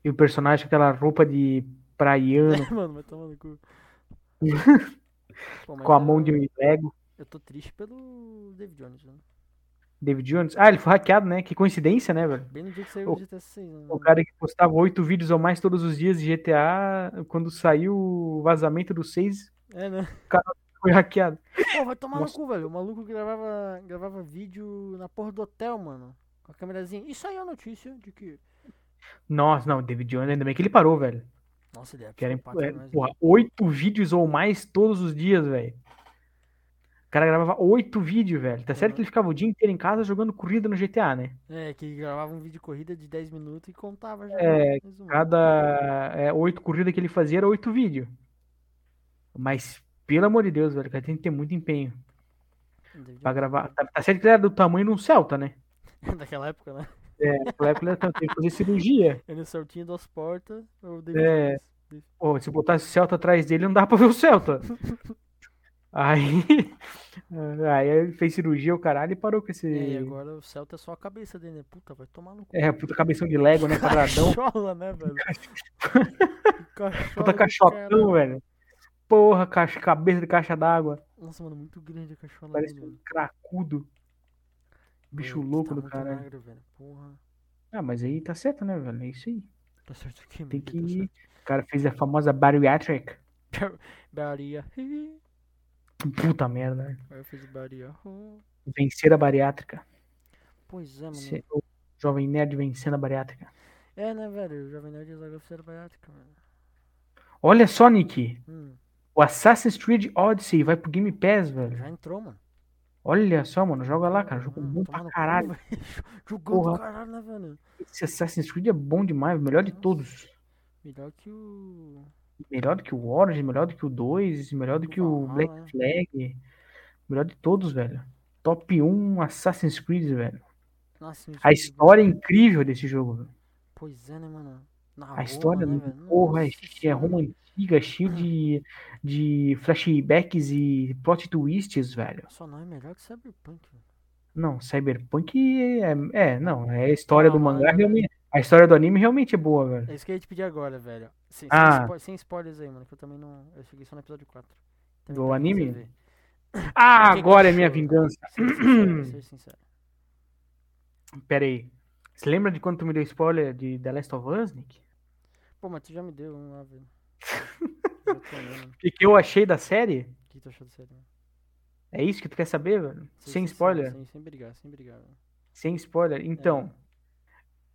[SPEAKER 1] E o personagem com aquela roupa de praiano,
[SPEAKER 2] Mano, vai tomar no cu. Pô, mas
[SPEAKER 1] com a
[SPEAKER 2] eu-
[SPEAKER 1] mão de um Lego.
[SPEAKER 2] Eu tô triste pelo David Jones, né?
[SPEAKER 1] David Jones. Ah, ele foi hackeado, né? Que coincidência, né, velho?
[SPEAKER 2] Bem no dia que saiu
[SPEAKER 1] O-
[SPEAKER 2] o GTA 6, né?
[SPEAKER 1] O cara que postava oito vídeos ou mais todos os dias de GTA, quando saiu o vazamento do 6,
[SPEAKER 2] É, né?
[SPEAKER 1] foi hackeado.
[SPEAKER 2] Pô, vai tomar
[SPEAKER 1] Nossa.
[SPEAKER 2] no cu, velho. O maluco gravava, gravava vídeo na porra do hotel, mano. Com a câmerazinha. Isso aí é a notícia de que.
[SPEAKER 1] Nossa, não, David Jones, ainda bem que ele parou, velho.
[SPEAKER 2] Nossa, ele é
[SPEAKER 1] Que era,
[SPEAKER 2] psicopata
[SPEAKER 1] é,
[SPEAKER 2] demais, né?
[SPEAKER 1] porra, oito vídeos ou mais todos os dias, velho. O cara gravava oito vídeos, velho. Tá certo que ele ficava o dia inteiro em casa jogando corrida no GTA, né?
[SPEAKER 2] É, que gravava um vídeo de corrida de 10 minutos e contava já. né?
[SPEAKER 1] É,
[SPEAKER 2] resumindo.
[SPEAKER 1] Cada é, oito corridas que ele fazia era oito vídeos. Mas, pelo amor de Deus, velho, o cara tem que ter muito empenho
[SPEAKER 2] David
[SPEAKER 1] pra gravar. Tá, tá certo que ele era do tamanho de um Celta, né?
[SPEAKER 2] Jones. Daquela época, né?
[SPEAKER 1] Naquela época ele era- teve que fazer cirurgia.
[SPEAKER 2] Ele é sortinho das portas. O David
[SPEAKER 1] É.
[SPEAKER 2] Jones.
[SPEAKER 1] Pô, se botasse o Celta atrás dele, não dava pra ver o Celta. Aí, aí ele fez cirurgia, o caralho, e parou com esse.
[SPEAKER 2] É, e agora o Celta é só a cabeça dele, né? Puta, vai tomar no cu.
[SPEAKER 1] É, puta cabeção de Lego, né? Quadradão.
[SPEAKER 2] Cachola, né, velho? Cachola
[SPEAKER 1] Puta
[SPEAKER 2] do
[SPEAKER 1] cachotão,
[SPEAKER 2] caralho.
[SPEAKER 1] velho. Porra, caixa- cabeça de caixa d'água.
[SPEAKER 2] Nossa, mano, muito grande a cachola
[SPEAKER 1] Parece
[SPEAKER 2] dele,
[SPEAKER 1] um
[SPEAKER 2] velho.
[SPEAKER 1] cracudo. Bicho
[SPEAKER 2] Mano,
[SPEAKER 1] louco
[SPEAKER 2] tá
[SPEAKER 1] do
[SPEAKER 2] muito
[SPEAKER 1] caralho.
[SPEAKER 2] magro, velho. Porra.
[SPEAKER 1] Ah, mas aí tá certo, né, velho? É isso aí.
[SPEAKER 2] Tá certo aqui, mano.
[SPEAKER 1] Tem
[SPEAKER 2] tá
[SPEAKER 1] que
[SPEAKER 2] certo.
[SPEAKER 1] ir. O cara fez a famosa bariatric.
[SPEAKER 2] Baria. Ih,
[SPEAKER 1] Puta merda, né?
[SPEAKER 2] Aí eu fiz baria. Oh.
[SPEAKER 1] Vencer a bariátrica.
[SPEAKER 2] Pois é, mano.
[SPEAKER 1] Ser o Jovem Nerd vencendo a bariátrica.
[SPEAKER 2] É, né, velho? O Jovem Nerd resolveu ser bariátrica, mano.
[SPEAKER 1] Olha só, Nick.
[SPEAKER 2] Hum,
[SPEAKER 1] O Assassin's Creed Odyssey vai pro Game Pass, velho.
[SPEAKER 2] já entrou, mano.
[SPEAKER 1] Olha só, mano. Joga lá, cara.
[SPEAKER 2] Ah,
[SPEAKER 1] Jogo
[SPEAKER 2] mano,
[SPEAKER 1] bom
[SPEAKER 2] tomar
[SPEAKER 1] pra
[SPEAKER 2] no cu,
[SPEAKER 1] caralho.
[SPEAKER 2] velho. Jogando
[SPEAKER 1] Porra.
[SPEAKER 2] caralho, né, velho?
[SPEAKER 1] Esse Assassin's Creed é bom demais. Melhor de
[SPEAKER 2] Nossa.
[SPEAKER 1] todos.
[SPEAKER 2] Melhor que o.
[SPEAKER 1] Melhor do que o Origin, melhor do que o 2, melhor do que o Black
[SPEAKER 2] Valhalla, né?
[SPEAKER 1] Flag. Melhor de todos, velho. Top 1 Assassin's Creed, velho.
[SPEAKER 2] Nossa,
[SPEAKER 1] A
[SPEAKER 2] gente,
[SPEAKER 1] história é incrível desse jogo, velho.
[SPEAKER 2] Pois é, né, mano? Na
[SPEAKER 1] A história
[SPEAKER 2] Roma,
[SPEAKER 1] do
[SPEAKER 2] né, velho?
[SPEAKER 1] porra é,
[SPEAKER 2] Nossa
[SPEAKER 1] é
[SPEAKER 2] senhora.
[SPEAKER 1] Roma antiga, cheio de, de flashbacks e plot twists, velho.
[SPEAKER 2] Só não é melhor que Cyberpunk, velho.
[SPEAKER 1] Não, Cyberpunk é. É, não, é a história do
[SPEAKER 2] Não,
[SPEAKER 1] mangá
[SPEAKER 2] é-
[SPEAKER 1] realmente. A história do anime realmente é boa, velho.
[SPEAKER 2] É isso que eu ia te pedir agora, velho. Sem, sem
[SPEAKER 1] Ah.
[SPEAKER 2] spo- sem spoilers aí, mano, que eu também não. Eu cheguei só no episódio 4. Também
[SPEAKER 1] Do
[SPEAKER 2] pra quem quiser
[SPEAKER 1] anime?
[SPEAKER 2] ver.
[SPEAKER 1] Ah,
[SPEAKER 2] que que
[SPEAKER 1] agora é
[SPEAKER 2] achou?
[SPEAKER 1] minha vingança.
[SPEAKER 2] Ser sincero, ser sincero.
[SPEAKER 1] Pera aí. Você lembra de quando tu me deu spoiler de The Last of Us, Nick?
[SPEAKER 2] Pô, mas tu já me deu um lá, velho. Já tô olhando.
[SPEAKER 1] O que que eu achei da série?
[SPEAKER 2] O que tu achou da série? mano?
[SPEAKER 1] É isso que tu quer saber, velho? Sem
[SPEAKER 2] Sem- sem-
[SPEAKER 1] spoiler?
[SPEAKER 2] Sem, sem brigar, sem brigar. velho.
[SPEAKER 1] Sem
[SPEAKER 2] É.
[SPEAKER 1] spoiler. Então,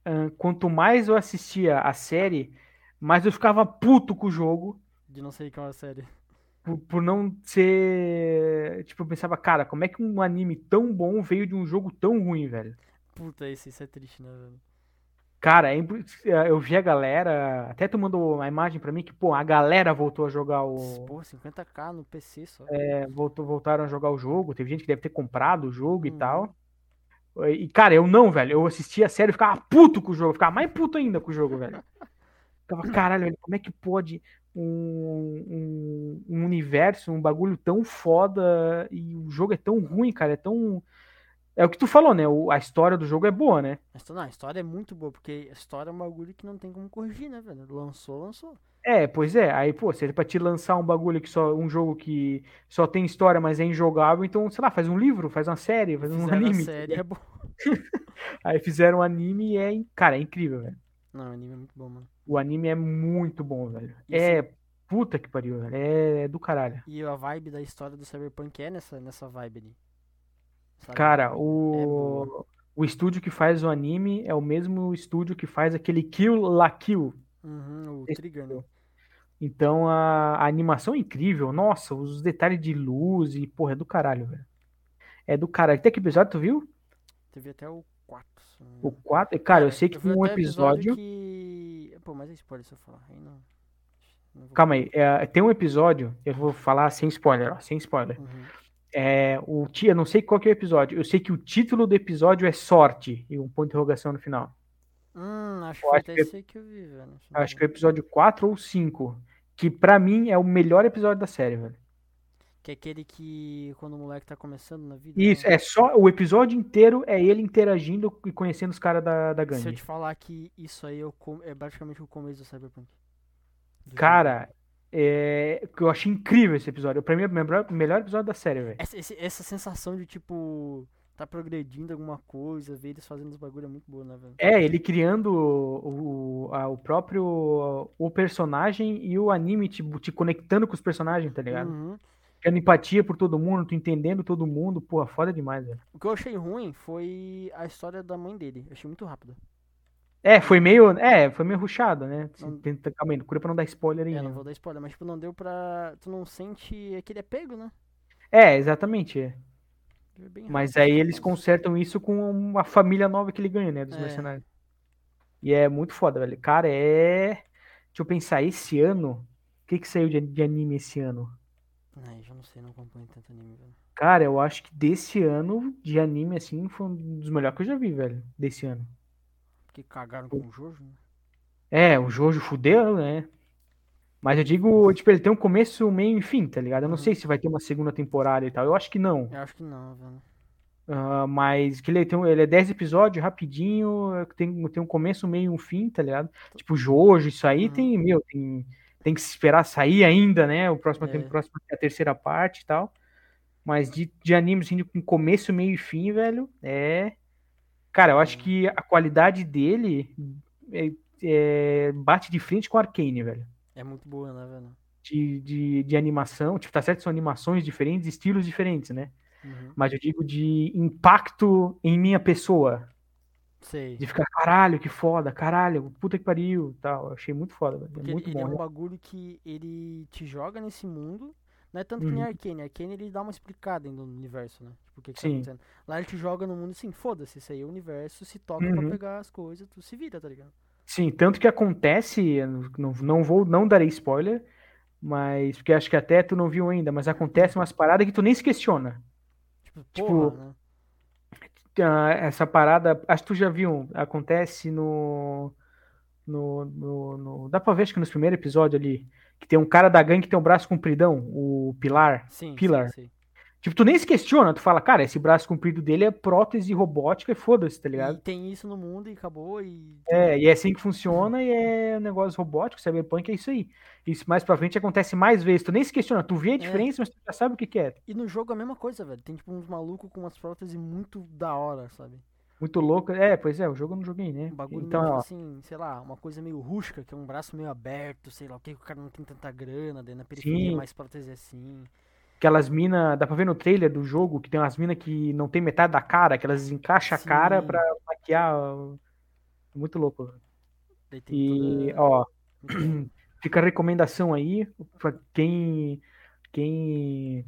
[SPEAKER 1] ahn, quanto mais eu assistia a série, mais eu ficava puto com o jogo
[SPEAKER 2] De não sei qual é a série.
[SPEAKER 1] por, por não ser. Tipo, eu pensava, cara, como é que um anime tão bom veio de um jogo tão ruim, velho?
[SPEAKER 2] Puta, esse, isso é triste, né, velho?
[SPEAKER 1] Cara, é impro- eh, eu vi a galera. Até tu mandou a imagem pra mim que, pô, a galera voltou a jogar o.
[SPEAKER 2] Pô, 50k no PC só.
[SPEAKER 1] eh, voltou, voltaram a jogar o jogo. Teve gente que deve ter comprado o jogo e
[SPEAKER 2] Uhum.
[SPEAKER 1] tal. E, cara, eu não, velho. Eu assistia a série e ficava puto com o jogo. Ficava mais puto ainda com o jogo, velho. Ficava, caralho, velho, como é que pode um, um, um universo, um bagulho tão foda e o jogo é tão ruim, cara? É tão. É o que tu falou, né? O- a história do jogo é boa, né?
[SPEAKER 2] A histó- Não, a história é muito boa, porque a história é um bagulho que não tem como corrigir, né, velho? Lançou, lançou.
[SPEAKER 1] É, pois é. Aí, pô, se ele pra te lançar um bagulho que só. Um jogo que só tem história, mas é injogável, então, sei lá, faz um livro, faz uma série, faz um
[SPEAKER 2] Fizeram
[SPEAKER 1] anime.
[SPEAKER 2] a série, é bom.
[SPEAKER 1] Aí fizeram um anime e é. in- Cara, é incrível, velho.
[SPEAKER 2] Não, o anime é muito bom, mano.
[SPEAKER 1] O anime é muito bom, velho.
[SPEAKER 2] E
[SPEAKER 1] É puta que pariu, velho. É, é do caralho.
[SPEAKER 2] E a vibe da história do Cyberpunk é nessa, nessa vibe ali. Sabe?
[SPEAKER 1] Cara,
[SPEAKER 2] É
[SPEAKER 1] o, o estúdio que faz o anime é o mesmo estúdio que faz aquele Kill La Kill.
[SPEAKER 2] Uhum, o
[SPEAKER 1] esse
[SPEAKER 2] Trigger, né?
[SPEAKER 1] jogo. Então a, a animação é incrível. Nossa, os detalhes de luz e porra, é do caralho, velho. É do caralho. Até que episódio tu viu?
[SPEAKER 2] Teve até o 4. se não me
[SPEAKER 1] O
[SPEAKER 2] engano. É,
[SPEAKER 1] 4? Cara, eu sei que
[SPEAKER 2] vi
[SPEAKER 1] tem um
[SPEAKER 2] até
[SPEAKER 1] episódio.
[SPEAKER 2] que... Pô, mas é spoiler se eu falar. Aí não... não vou-
[SPEAKER 1] Calma aí, é, tem um episódio, eu vou falar sem spoiler, ó, sem spoiler.
[SPEAKER 2] Uhum.
[SPEAKER 1] É, o, ti- eu não sei qual que é o episódio, eu sei que o título do episódio é Sorte, e um ponto de interrogação no final.
[SPEAKER 2] Hum, acho que
[SPEAKER 1] Eu
[SPEAKER 2] foi
[SPEAKER 1] acho
[SPEAKER 2] até
[SPEAKER 1] que-
[SPEAKER 2] esse aí que eu vi, velho. se não me
[SPEAKER 1] Acho que é o episódio 4 ou 5, que pra mim é o melhor episódio da série, velho.
[SPEAKER 2] engano. Que é aquele que quando o moleque tá começando na vida.
[SPEAKER 1] Isso,
[SPEAKER 2] né?
[SPEAKER 1] é só, o episódio inteiro é ele interagindo e conhecendo os caras da, da
[SPEAKER 2] Se eu
[SPEAKER 1] gangue.
[SPEAKER 2] te falar que isso aí é, o com- é basicamente o começo do Cyberpunk. Do jogo.
[SPEAKER 1] Cara, é, que eu achei incrível esse episódio, pra mim é o melhor, melhor episódio da série, velho.
[SPEAKER 2] Essa, esse- essa sensação de, tipo, tá progredindo alguma coisa, ver eles fazendo os bagulho é muito boa, né, velho?
[SPEAKER 1] É, ele criando o, o, a- o próprio o personagem e o anime te, te conectando com os personagens, tá ligado?
[SPEAKER 2] Uhum.
[SPEAKER 1] Tendo empatia por todo mundo, tu entendendo todo mundo, porra, foda demais, velho.
[SPEAKER 2] O que eu achei ruim foi a história da mãe dele. Eu achei muito rápida.
[SPEAKER 1] É, foi meio. É, foi meio ruchado, né? Se-
[SPEAKER 2] Não-
[SPEAKER 1] Tenta, calma aí, cura pra não dar spoiler aí. né?
[SPEAKER 2] É, não vou dar spoiler, mas tipo, não deu pra. Tu não sente aquele apego, né?
[SPEAKER 1] É, exatamente. é.
[SPEAKER 2] É bem
[SPEAKER 1] Mas
[SPEAKER 2] rápido,
[SPEAKER 1] aí
[SPEAKER 2] assim,
[SPEAKER 1] eles
[SPEAKER 2] mas-
[SPEAKER 1] consertam isso com uma família nova que ele ganha, né? Dos
[SPEAKER 2] É.
[SPEAKER 1] mercenários. E é muito foda, velho. Cara, é. Deixa eu pensar, esse ano. O que que saiu de, de anime esse ano?
[SPEAKER 2] Ai, já não sei, não acompanho tanto anime, velho.
[SPEAKER 1] Cara, eu acho que desse ano de anime, assim, foi um dos melhores que eu já vi, velho. Desse ano.
[SPEAKER 2] Porque cagaram com o Jojo, né?
[SPEAKER 1] É, o Jojo fudeu, né? Mas eu digo, tipo, ele tem um começo, meio e fim, tá ligado? Eu não
[SPEAKER 2] Uhum.
[SPEAKER 1] sei se vai ter uma segunda temporada e tal. Eu acho que não.
[SPEAKER 2] Eu acho que não, velho.
[SPEAKER 1] Ah, mas que ele, tem, um- ele é 10 episódios, rapidinho, é que tem, tem um começo, meio e um fim, tá ligado? Tipo, Jojo, isso aí
[SPEAKER 2] Uhum.
[SPEAKER 1] tem, meu, tem, tem que esperar sair ainda, né? O próximo tem
[SPEAKER 2] É.
[SPEAKER 1] próximo tem a terceira parte e tal. Mas de, de anime, assim, de- com começo, meio e fim, velho, é. Cara, eu acho
[SPEAKER 2] É.
[SPEAKER 1] que a qualidade dele é- é- bate de frente com Arcane, velho.
[SPEAKER 2] É muito boa, né, velho?
[SPEAKER 1] De, de, de animação, tipo, tá certo, que são animações diferentes, estilos diferentes, né?
[SPEAKER 2] Uhum.
[SPEAKER 1] Mas eu digo de impacto em minha pessoa,
[SPEAKER 2] Sei.
[SPEAKER 1] de ficar, caralho, que foda, caralho, puta que pariu, tal. Eu achei muito foda, velho.
[SPEAKER 2] Porque
[SPEAKER 1] É muito
[SPEAKER 2] ele, ele é
[SPEAKER 1] bom.
[SPEAKER 2] um
[SPEAKER 1] né?
[SPEAKER 2] bagulho que ele te joga nesse mundo. Não é tanto que nem
[SPEAKER 1] Uhum.
[SPEAKER 2] Arcane. Arcane ele dá uma explicada ainda no universo, né? Tipo, o que, que tá
[SPEAKER 1] Sim.
[SPEAKER 2] acontecendo. Lá ele te joga no mundo assim, foda-se, isso aí é o universo, se toca pra
[SPEAKER 1] Uhum.
[SPEAKER 2] pegar as coisas, tu se vira, tá ligado?
[SPEAKER 1] Sim, tanto que acontece, não, não vou, não darei spoiler, mas porque acho que até tu não viu ainda, mas acontece umas paradas que tu nem se questiona.
[SPEAKER 2] Tipo,
[SPEAKER 1] Tipo,
[SPEAKER 2] porra, né?
[SPEAKER 1] Ah, Essa parada, acho que tu já viu, acontece no. No, no, no- dá pra ver, acho que nos primeiros episódios ali, que tem um cara da gangue que tem um braço compridão, o Pilar.
[SPEAKER 2] Sim,
[SPEAKER 1] Pilar.
[SPEAKER 2] sim, sim.
[SPEAKER 1] Tipo, tu nem se questiona, tu fala, cara, esse braço comprido dele é prótese robótica e foda-se, tá ligado?
[SPEAKER 2] E tem isso no mundo e acabou e.
[SPEAKER 1] É, e é assim que funciona e é um negócio robótico, cyberpunk é isso aí. Isso mais pra frente acontece mais vezes, tu nem se questiona, tu
[SPEAKER 2] É.
[SPEAKER 1] vê a diferença, mas tu já sabe o que que é.
[SPEAKER 2] E no jogo é a mesma coisa, velho. Tem tipo uns malucos com umas próteses muito da hora, sabe?
[SPEAKER 1] Muito louco. É, pois é, o jogo eu não joguei, né?
[SPEAKER 2] Um bagulho
[SPEAKER 1] Então,
[SPEAKER 2] meio
[SPEAKER 1] ó,
[SPEAKER 2] assim, sei lá, uma coisa meio rústica, que é um braço meio aberto, sei lá o que, que o cara não tem tanta grana, daí na periferia é
[SPEAKER 1] Sim.
[SPEAKER 2] mais prótese assim.
[SPEAKER 1] aquelas minas, dá pra ver no trailer do jogo que tem umas minas que não tem metade da cara, que elas encaixam a cara
[SPEAKER 2] Sim.
[SPEAKER 1] pra maquiar. ó. Muito louco.
[SPEAKER 2] Daí tem
[SPEAKER 1] E,
[SPEAKER 2] toda-
[SPEAKER 1] ó, fica a recomendação aí pra quem quem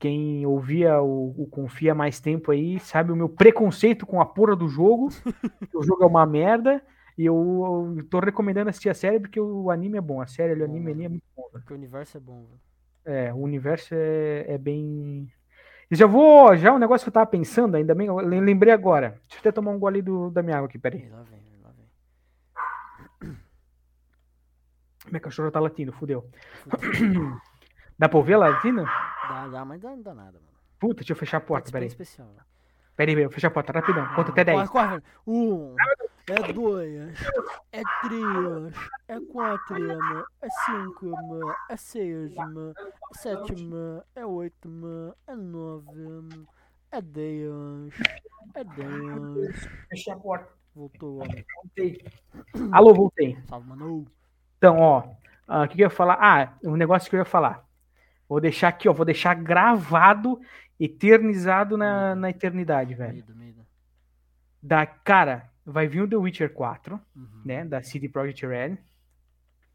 [SPEAKER 1] quem ouvia o, o Confia há mais tempo aí, sabe o meu preconceito com a porra do jogo. que o jogo é uma merda e eu, eu tô recomendando assistir a série porque o anime é bom, a série, o
[SPEAKER 2] Bom,
[SPEAKER 1] anime ali
[SPEAKER 2] né?
[SPEAKER 1] é muito bom. velho.
[SPEAKER 2] Porque o universo é bom, velho.
[SPEAKER 1] É, o universo é, é bem e já vou, já um negócio que eu tava pensando, ainda bem, eu lem- lembrei agora. Deixa eu até tomar um gole do, da minha água aqui, peraí.
[SPEAKER 2] Ih, lá vem, velho, lá vem.
[SPEAKER 1] Minha cachorra tá latindo, fudeu.
[SPEAKER 2] Fudeu.
[SPEAKER 1] Dá pra ouvir ela latindo?
[SPEAKER 2] Dá, dá, mas dá, não dá nada, mano.
[SPEAKER 1] Puta, deixa eu fechar a porta,
[SPEAKER 2] Participa
[SPEAKER 1] peraí.
[SPEAKER 2] especial. velho.
[SPEAKER 1] Peraí, meu, fecha a porta rapidão. Conta até 10.
[SPEAKER 2] Corre, corre, velho. Um, é dois, é três, é quatro, mano, é cinco, mano, é seis, mano, é sete, mano, é oito, mano, é nove, mano, é dez, é dez.
[SPEAKER 1] Fechei a porta.
[SPEAKER 2] Voltou, homem.
[SPEAKER 1] Alô, voltei.
[SPEAKER 2] Salve, mano.
[SPEAKER 1] Então, ó, ah, o que, que eu ia falar? Ah, um negócio que eu ia falar. Vou deixar aqui, ó, vou deixar gravado, eternizado na, na eternidade, velho.
[SPEAKER 2] Medo, medo.
[SPEAKER 1] Da, cara, vai vir o The Witcher 4,
[SPEAKER 2] Uhum.
[SPEAKER 1] né, da CD Projekt Red.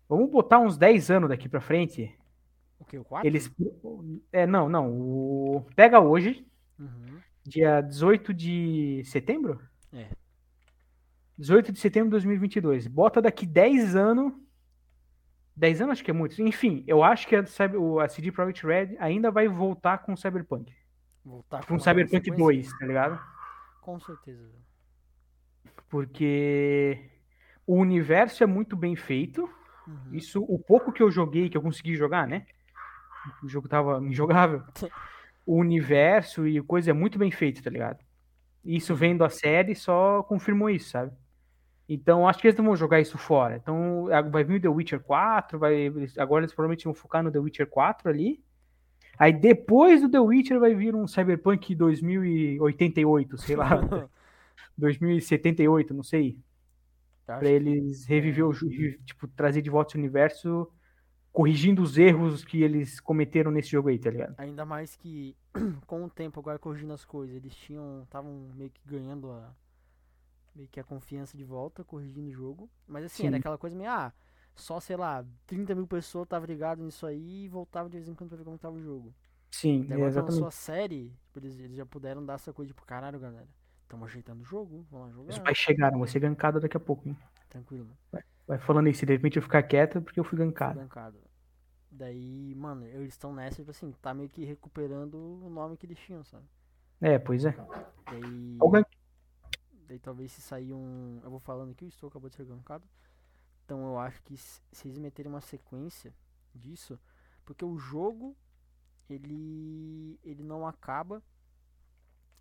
[SPEAKER 1] Vamos botar uns 10 anos daqui pra frente.
[SPEAKER 2] O que? O 4?
[SPEAKER 1] Eles. É, não, não. O... Pega hoje,
[SPEAKER 2] Uhum.
[SPEAKER 1] dia 18 de setembro?
[SPEAKER 2] É.
[SPEAKER 1] 18 de setembro de 2022. Bota daqui 10 anos. 10 anos acho que é muito. Enfim, eu acho que a, Cyber- o- a CD Projekt Red ainda vai voltar com o Cyberpunk.
[SPEAKER 2] Voltar
[SPEAKER 1] Com o
[SPEAKER 2] uma
[SPEAKER 1] um Cyberpunk
[SPEAKER 2] sequência?
[SPEAKER 1] 2, tá ligado?
[SPEAKER 2] Com certeza. velho.
[SPEAKER 1] Porque o universo é muito bem feito.
[SPEAKER 2] Uhum.
[SPEAKER 1] Isso, o pouco que eu joguei, que eu consegui jogar, né? O jogo tava injogável. O universo e coisa é muito bem feito, tá ligado? Isso vendo a série só confirmou isso, sabe? Então acho que eles não vão jogar isso fora. Então a- vai vir o The Witcher 4, vai, eles- agora eles provavelmente vão focar no The Witcher 4 ali. Aí depois do The Witcher vai vir um Cyberpunk 2088, sei lá, 2078, não sei
[SPEAKER 2] Acho
[SPEAKER 1] pra eles reviver o jogo, tipo, trazer de volta esse universo, corrigindo os erros que eles cometeram nesse jogo aí, tá ligado?
[SPEAKER 2] Ainda mais que com o tempo agora corrigindo as coisas, eles tinham, estavam meio que ganhando a meio que a confiança de volta, corrigindo o jogo. Mas assim, era
[SPEAKER 1] Sim.
[SPEAKER 2] aquela coisa meio, ah, só sei lá, 30 mil pessoas estavam ligadas nisso aí e voltavam de vez em quando pra ver como tava o jogo.
[SPEAKER 1] Sim,
[SPEAKER 2] E
[SPEAKER 1] é,
[SPEAKER 2] agora que
[SPEAKER 1] exatamente.
[SPEAKER 2] lançou a série, tipo, eles, eles já puderam dar essa coisa, tipo, caralho, galera, estamos ajeitando o jogo, vamos lá
[SPEAKER 1] Os
[SPEAKER 2] jogar.
[SPEAKER 1] pais chegaram, vou ser gankado daqui a pouco, hein?
[SPEAKER 2] Tranquilo, mano.
[SPEAKER 1] Vai falando aí, se de repente eu ficar quieto, é porque eu fui gankado.
[SPEAKER 2] Bancado. Daí, mano, eles estão nessa, tipo assim, tá meio que recuperando o nome que eles tinham, sabe?
[SPEAKER 1] É, pois é.
[SPEAKER 2] Daí.
[SPEAKER 1] Alguém-
[SPEAKER 2] Daí talvez se sair um. Eu vou falando aqui, o estou acabou de ser gankado. Então eu acho que se se eles meterem uma sequência disso, porque o jogo ele ele não acaba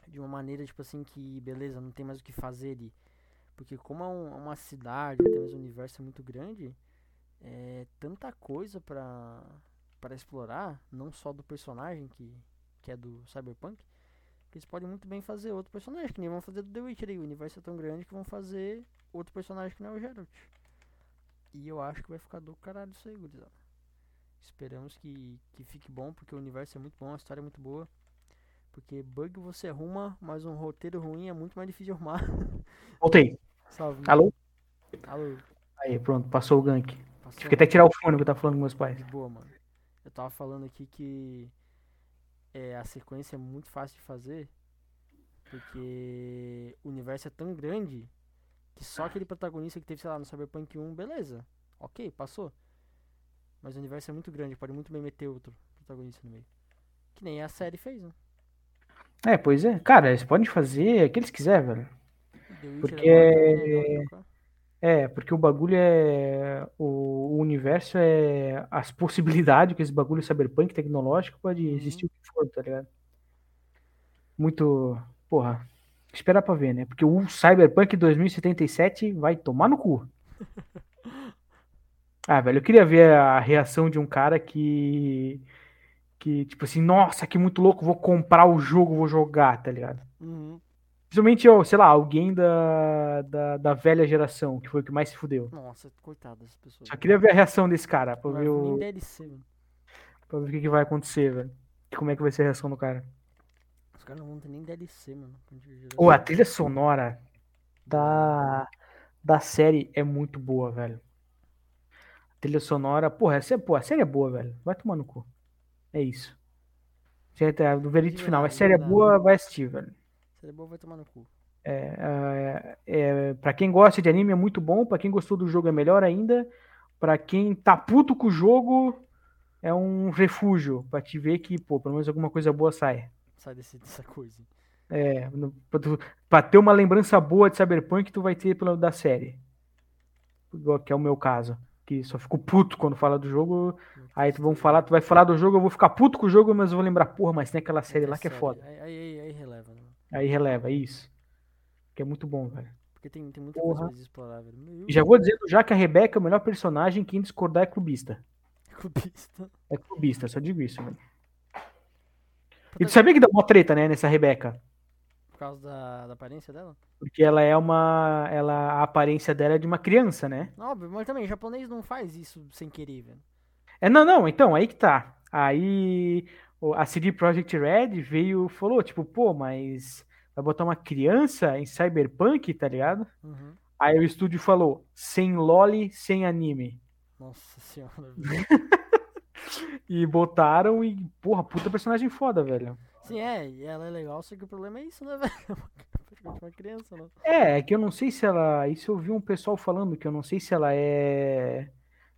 [SPEAKER 2] de uma maneira tipo assim que beleza, não tem mais o que fazer ali. Porque como é um- é uma cidade, até mesmo o universo é muito grande, é tanta coisa pra para explorar, não só do personagem que que é do Cyberpunk, que eles podem muito bem fazer outro personagem, que nem vão fazer do The Witcher aí. O universo é tão grande que vão fazer outro personagem que não é o Geralt. E eu acho que vai ficar do caralho isso aí, gurizada. Esperamos que, que fique bom, porque o universo é muito bom, a história é muito boa. Porque bug você arruma, mas um roteiro ruim é muito mais difícil de arrumar.
[SPEAKER 1] Voltei.
[SPEAKER 2] Salve.
[SPEAKER 1] Alô?
[SPEAKER 2] Alô.
[SPEAKER 1] Aí, pronto, passou o gank.
[SPEAKER 2] Passou,
[SPEAKER 1] Fiquei até tirar o fone que eu tava falando com meus pais.
[SPEAKER 2] De boa, mano. Eu tava falando aqui que é, a sequência é muito fácil de fazer, porque o universo é tão grande que só aquele protagonista que teve, sei lá, no Cyberpunk 1, beleza. Ok, passou. Mas o universo é muito grande, pode muito bem meter outro protagonista no meio. Que nem a série fez, né?
[SPEAKER 1] É, pois é. Cara, eles podem fazer o que eles quiserem, velho.
[SPEAKER 2] The Witcher
[SPEAKER 1] Porque-
[SPEAKER 2] agora também, né, agora trocar.
[SPEAKER 1] É, porque o bagulho é. O, o universo é. As possibilidades que esse bagulho cyberpunk tecnológico pode
[SPEAKER 2] Uhum.
[SPEAKER 1] existir o que for, tá ligado? Muito. Porra. Esperar pra ver, né? Porque o Cyberpunk 2077 vai tomar no cu. Ah, velho, eu queria ver a reação de um cara que. Que, tipo assim, nossa, que muito louco, vou comprar o jogo, vou jogar, tá ligado?
[SPEAKER 2] Uhum.
[SPEAKER 1] Principalmente, ó, sei lá, alguém da, da, da velha geração, que foi o que mais se fudeu.
[SPEAKER 2] Nossa, coitado dessas pessoas.
[SPEAKER 1] Só queria ver a reação desse cara, pra
[SPEAKER 2] Não
[SPEAKER 1] ver,
[SPEAKER 2] é nem
[SPEAKER 1] o,
[SPEAKER 2] DLC, mano.
[SPEAKER 1] pra ver o que, que vai acontecer, velho. Como é que vai ser a reação do cara.
[SPEAKER 2] Os caras não vão ter nem DLC, mano. quando tiver
[SPEAKER 1] Ou a trilha sonora da, da série é muito boa, velho. A trilha sonora, porra, essa, pô, a série é boa, velho. Vai tomar no cu. É isso. Gente, é, do veredito
[SPEAKER 2] Diga
[SPEAKER 1] final,
[SPEAKER 2] nada,
[SPEAKER 1] a série é
[SPEAKER 2] diga nada.
[SPEAKER 1] boa, vai assistir, velho.
[SPEAKER 2] Série boa vai tomar no cu.
[SPEAKER 1] É, é, pra quem gosta de anime é muito bom, pra quem gostou do jogo é melhor ainda, pra quem tá puto com o jogo é um refúgio pra te ver que, pô, pelo menos alguma coisa boa sai.
[SPEAKER 2] Sai desse, dessa coisa.
[SPEAKER 1] É, no- pra, tu- pra ter uma lembrança boa de Cyberpunk, tu vai ter pela da série. Igual que é o meu caso, que só fico puto quando fala do jogo. Aí tu vão falar, tu vai falar do jogo, eu vou ficar puto com o jogo, mas eu vou lembrar, porra, mas tem aquela série lá que é foda.
[SPEAKER 2] Aí, aí, aí releva, né?
[SPEAKER 1] Aí releva, é isso. Que é muito bom, velvelho.
[SPEAKER 2] Porque tem, tem muita
[SPEAKER 1] Porra.
[SPEAKER 2] coisa mais explorável. Meu
[SPEAKER 1] E já vou dizendo já que a Rebeca é o melhor personagem, quem discordar é clubista.
[SPEAKER 2] clubista.
[SPEAKER 1] É clubista, só digo isso, velho. E tu sabia que deu uma treta, né, nessa Rebeca?
[SPEAKER 2] Por causa da, da aparência dela?
[SPEAKER 1] Porque ela é uma. Ela, a aparência dela é de uma criança, né?
[SPEAKER 2] Não, Óbvio, mas também, japonês não faz isso sem querer, velho.
[SPEAKER 1] É, não, não, então, aí que tá. Aí o- a CD Projekt Red veio falou, tipo, pô, mas vai botar uma criança em Cyberpunk, tá ligado?
[SPEAKER 2] Uhum.
[SPEAKER 1] Aí o estúdio falou, sem loli, sem anime.
[SPEAKER 2] Nossa senhora, velho.
[SPEAKER 1] E botaram e, porra, puta personagem foda, velho.
[SPEAKER 2] Sim, é, e ela é legal, só que o problema é isso, né, velho? É uma criança, né?
[SPEAKER 1] É, é que eu não sei se ela. Isso eu vi um pessoal falando, que eu não sei se ela é.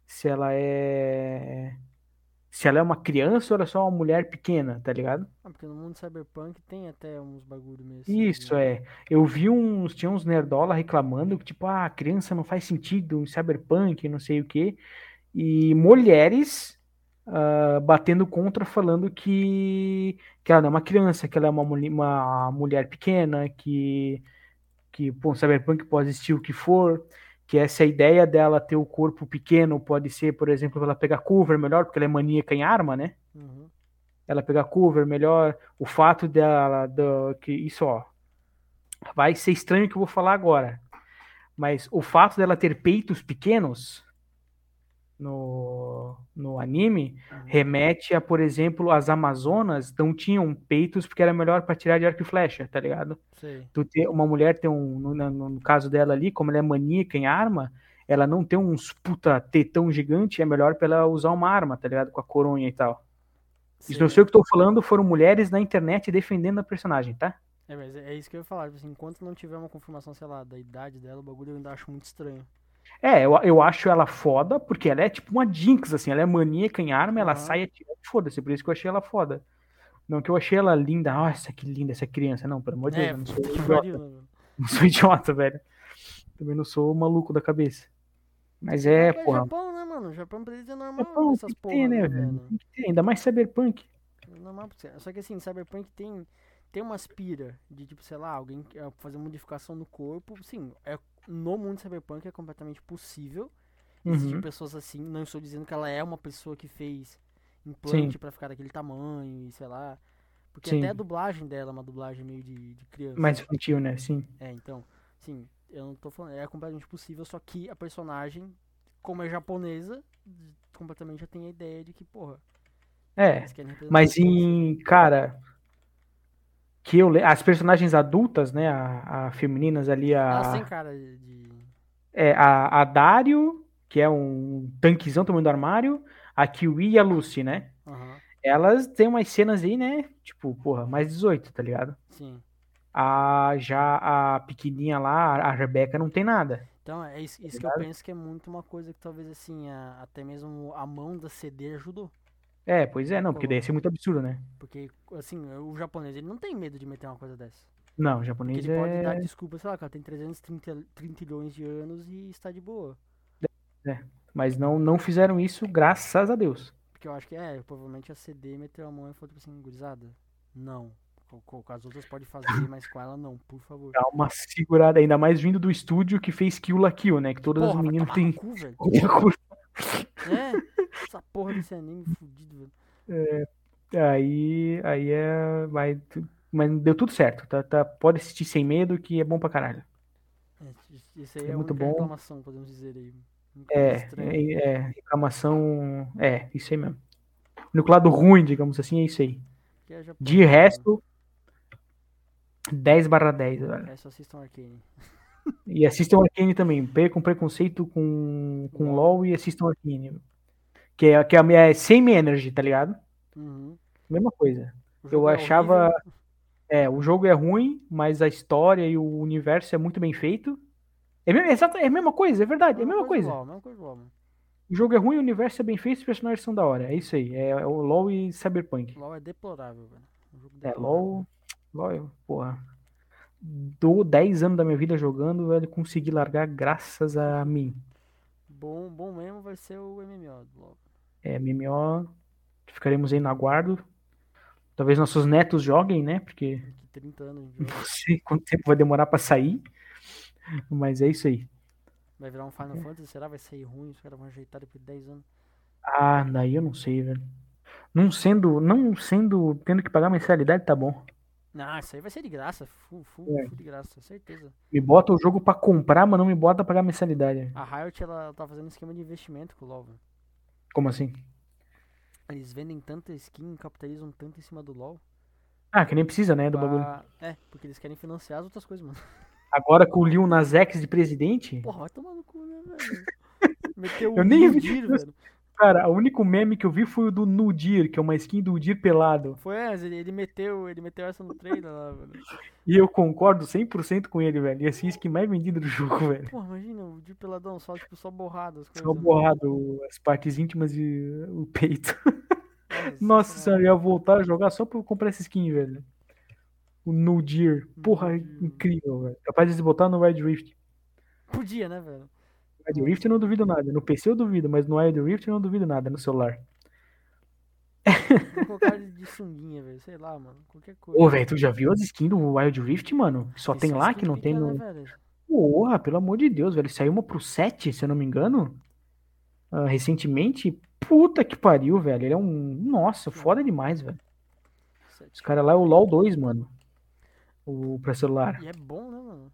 [SPEAKER 1] Se ela é. Se ela é uma criança ou ela é só uma mulher pequena, tá ligado?
[SPEAKER 2] Ah, porque no mundo cyberpunk tem até uns bagulho mesmo. assim,
[SPEAKER 1] Isso
[SPEAKER 2] né?
[SPEAKER 1] é. Eu vi uns, tinha uns nerdola reclamando que tipo, ah, a criança não faz sentido, um cyberpunk, não sei o quê. E mulheres ah, batendo contra falando que que ela não é uma criança, que ela é uma, muli- uma mulher pequena, que que pô, cyberpunk pode existir o que for, que essa ideia dela ter o corpo pequeno pode ser, por exemplo, ela pegar cover melhor, porque ela é maníaca em arma, né?
[SPEAKER 2] Uhum.
[SPEAKER 1] ela pegar cover melhor, o fato dela, do, que isso ó, vai ser estranho o que eu vou falar agora, mas o fato dela ter peitos pequenos no, no anime
[SPEAKER 2] Uhum.
[SPEAKER 1] remete a, por exemplo, as Amazonas não tinham peitos porque era melhor para tirar de arco e flecha, tá ligado?
[SPEAKER 2] Sei.
[SPEAKER 1] Tu ter, uma mulher tem um, no, no- no caso dela ali, como ela é maníaca em arma, ela não tem uns puta tetão gigante, é melhor pra ela usar uma arma, tá ligado? Com a coronha e tal. Isso não sei o que eu tô falando, foram mulheres na internet defendendo a personagem, tá?
[SPEAKER 2] É, mas é é isso que eu ia falar. tipo Assim, enquanto não tiver uma confirmação, sei lá, da idade dela, o bagulho eu ainda acho muito estranho.
[SPEAKER 1] É, eu, eu acho ela foda, porque ela é tipo uma Jinx, assim, ela é maníaca em arma, ela
[SPEAKER 2] Aham.
[SPEAKER 1] sai atirando, foda-se, por isso que eu achei ela foda. Não que eu achei ela linda, nossa, que linda essa criança, não, pelo amor de Deus,
[SPEAKER 2] É,
[SPEAKER 1] eu não sou,
[SPEAKER 2] puta que
[SPEAKER 1] idiota,
[SPEAKER 2] pariu, né, velho?
[SPEAKER 1] não sou idiota, velho. Também não sou maluco da cabeça. Mas é,
[SPEAKER 2] Porque
[SPEAKER 1] porra,
[SPEAKER 2] Japão, né, mano? Japão pra eles é normal
[SPEAKER 1] Japão,
[SPEAKER 2] essas
[SPEAKER 1] tem que
[SPEAKER 2] porra,
[SPEAKER 1] ter,
[SPEAKER 2] né,
[SPEAKER 1] né,
[SPEAKER 2] velho?
[SPEAKER 1] velho? Tem que ter, ainda mais cyberpunk.
[SPEAKER 2] Normal pra você. Só que assim, Cyberpunk tem, tem uma aspira de tipo, sei lá, alguém que- eh, fazer modificação no corpo. Sim, é, no mundo Cyberpunk é completamente possível existir
[SPEAKER 1] Uhum.
[SPEAKER 2] pessoas assim. Não estou dizendo que ela é uma pessoa que fez implante pra ficar daquele tamanho e sei lá. Porque
[SPEAKER 1] Sim.
[SPEAKER 2] até a dublagem dela é uma dublagem meio de, de criança.
[SPEAKER 1] Mais infantil, né? Sim.
[SPEAKER 2] É, então, sim, eu não tô falando, é completamente possível, só que a personagem, como é japonesa, completamente já tem a ideia de que, porra,
[SPEAKER 1] É.
[SPEAKER 2] eles querem representar
[SPEAKER 1] Mas
[SPEAKER 2] isso.
[SPEAKER 1] em, cara, que eu le... as personagens adultas, né, a, a femininas ali,
[SPEAKER 2] Elas
[SPEAKER 1] a,
[SPEAKER 2] têm tá cara de.
[SPEAKER 1] é, a, a Dario, que é um tanquezão tamanho do armário, a Kiwi e a Lucy, né?
[SPEAKER 2] Aham,
[SPEAKER 1] Elas têm umas cenas aí, né, tipo, porra, mais 18, tá ligado?
[SPEAKER 2] sim.
[SPEAKER 1] A, já a pequenininha lá, a Rebeca, não tem nada.
[SPEAKER 2] Então, é isso, isso que eu penso que é muito uma coisa que talvez, assim, a- até mesmo a mão da CD ajudou.
[SPEAKER 1] É, pois é, não, porque daí ia ser muito absurdo, né?
[SPEAKER 2] Porque, assim, o japonês, ele não tem medo de meter uma coisa dessa.
[SPEAKER 1] Não, o
[SPEAKER 2] Porque
[SPEAKER 1] japonês
[SPEAKER 2] ele pode dar
[SPEAKER 1] é...
[SPEAKER 2] desculpa, sei lá, cara, tem 330 trilhões de anos e está de boa.
[SPEAKER 1] Mas não, não fizeram isso, graças a Deus.
[SPEAKER 2] Porque eu acho que é, provavelmente a CD meteu a mão e falou tipo assim, gurizada, não. Com, com, com as outras pode fazer, mas com ela não, por favor.
[SPEAKER 1] Dá uma segurada, ainda mais vindo do estúdio que fez Kill la Kill, né? Que todas
[SPEAKER 2] Porra, tá
[SPEAKER 1] as
[SPEAKER 2] vai
[SPEAKER 1] meninas
[SPEAKER 2] tomar
[SPEAKER 1] têm
[SPEAKER 2] no cu, velho.
[SPEAKER 1] Outra
[SPEAKER 2] É, essa porra desse anime é fudido, velho.
[SPEAKER 1] coisa. Aí, aí é. Vai, tu- mas deu tudo certo. Tá, tá- pode assistir sem medo, que é bom pra caralho.
[SPEAKER 2] É, isso- isso aí é,
[SPEAKER 1] É
[SPEAKER 2] a
[SPEAKER 1] muito
[SPEAKER 2] única
[SPEAKER 1] bom.
[SPEAKER 2] reclamação, podemos dizer aí. Um Única coisa
[SPEAKER 1] É,
[SPEAKER 2] estranha.
[SPEAKER 1] é, é, reclamação. É, isso aí mesmo. No lado ruim, digamos assim, é isso aí.
[SPEAKER 2] Porque é Japão,
[SPEAKER 1] De
[SPEAKER 2] né,
[SPEAKER 1] resto, 10 barra 10, velho.
[SPEAKER 2] mano? É, só assistam Arcane.
[SPEAKER 1] E assistam Arcane também. Percam preconceito com, com LOL e assistam Arcane. Que é, que é, é same energy, tá ligado?
[SPEAKER 2] Uhum.
[SPEAKER 1] Mesma coisa.
[SPEAKER 2] O
[SPEAKER 1] Eu
[SPEAKER 2] jogo é
[SPEAKER 1] achava.
[SPEAKER 2] horrível,
[SPEAKER 1] É, o jogo é ruim, mas a história e o universo é muito bem feito. É, me- exata- é a mesma coisa, é verdade, é a mesma
[SPEAKER 2] do
[SPEAKER 1] coisa.
[SPEAKER 2] LoL, mesma coisa do LoL, mano.
[SPEAKER 1] O jogo é ruim, o universo é bem feito, os personagens são da hora. É isso aí, é, é o LoL e Cyberpunk.
[SPEAKER 2] LoL é deplorável, velho. Um jogo
[SPEAKER 1] É,
[SPEAKER 2] deplorável.
[SPEAKER 1] LoL, LoL, porra. Dou 10 anos da minha vida jogando, velho, consegui largar graças a mim.
[SPEAKER 2] Bom, bom mesmo vai ser o MMO do LoL.
[SPEAKER 1] É, MMO, ficaremos aí no aguardo. Talvez nossos netos joguem, né? Porque
[SPEAKER 2] Daqui 30 anos de jogo.
[SPEAKER 1] não sei quanto tempo vai demorar pra sair. Mas é isso aí.
[SPEAKER 2] Vai virar um Final
[SPEAKER 1] Uhum.
[SPEAKER 2] Fantasy? Será? Vai sair ruim? Os caras vão ajeitar depois de 10 anos.
[SPEAKER 1] Ah, daí eu não sei, velho. Não sendo, não sendo, tendo que pagar mensalidade, tá bom.
[SPEAKER 2] Não, isso aí vai ser de graça. Full, full,
[SPEAKER 1] É.
[SPEAKER 2] full de graça, certeza.
[SPEAKER 1] Me bota o jogo pra comprar, mas não me bota pra pagar mensalidade.
[SPEAKER 2] A Riot, ela tá fazendo esquema de investimento com o LoL. velho.
[SPEAKER 1] Como assim?
[SPEAKER 2] Eles vendem tanta skin, capitalizam tanto em cima do LoL.
[SPEAKER 1] Ah, que nem precisa, né, do bagulho.
[SPEAKER 2] pra- É, porque eles querem financiar as outras coisas, mano.
[SPEAKER 1] Agora com o Lil Nas X de presidente,
[SPEAKER 2] Porra, vai tomar no cu, né, velho? Meteu
[SPEAKER 1] Eu
[SPEAKER 2] um
[SPEAKER 1] nem vi.
[SPEAKER 2] Udir, velho.
[SPEAKER 1] cara, o único meme que eu vi foi o do Nudir, que é uma skin do Udir pelado.
[SPEAKER 2] Foi essa, ele, ele meteu, ele meteu essa no trailer lá, velho.
[SPEAKER 1] E eu concordo 100% com ele, velho. E essa é a skin mais vendida do jogo, velho.
[SPEAKER 2] Porra, imagina, o Udir peladão, só, tipo, só borrado as coisas.
[SPEAKER 1] Só borrado as partes íntimas e o peito.
[SPEAKER 2] Olha,
[SPEAKER 1] Nossa
[SPEAKER 2] sacanagem.
[SPEAKER 1] senhora, eu ia voltar a jogar só pra eu comprar essa skin, velho. O Nudir. Porra, é incrível, velho. Capaz de se botar no Wild Rift.
[SPEAKER 2] Podia, né, velho?
[SPEAKER 1] No Wild Rift eu não duvido nada. No PC eu duvido, mas no Wild Rift eu não duvido nada. No celular.
[SPEAKER 2] Vou colocar ele de sunguinha, velho. Sei lá, mano. Qualquer coisa.
[SPEAKER 1] Ô, velho, tu já viu as skins do Wild Rift, mano? Que Só
[SPEAKER 2] E
[SPEAKER 1] tem
[SPEAKER 2] só
[SPEAKER 1] lá
[SPEAKER 2] é skin
[SPEAKER 1] que não tem
[SPEAKER 2] pica,
[SPEAKER 1] no.
[SPEAKER 2] né, velho?
[SPEAKER 1] Porra, pelo amor de Deus, velho. Saiu uma pro 7, se eu não me engano. ah, recentemente. Puta que pariu, velho. Ele é um. Nossa, foda demais, velho. Os caras lá é o LOL 2, mano. O pra celular.
[SPEAKER 2] E é bom, né, mano?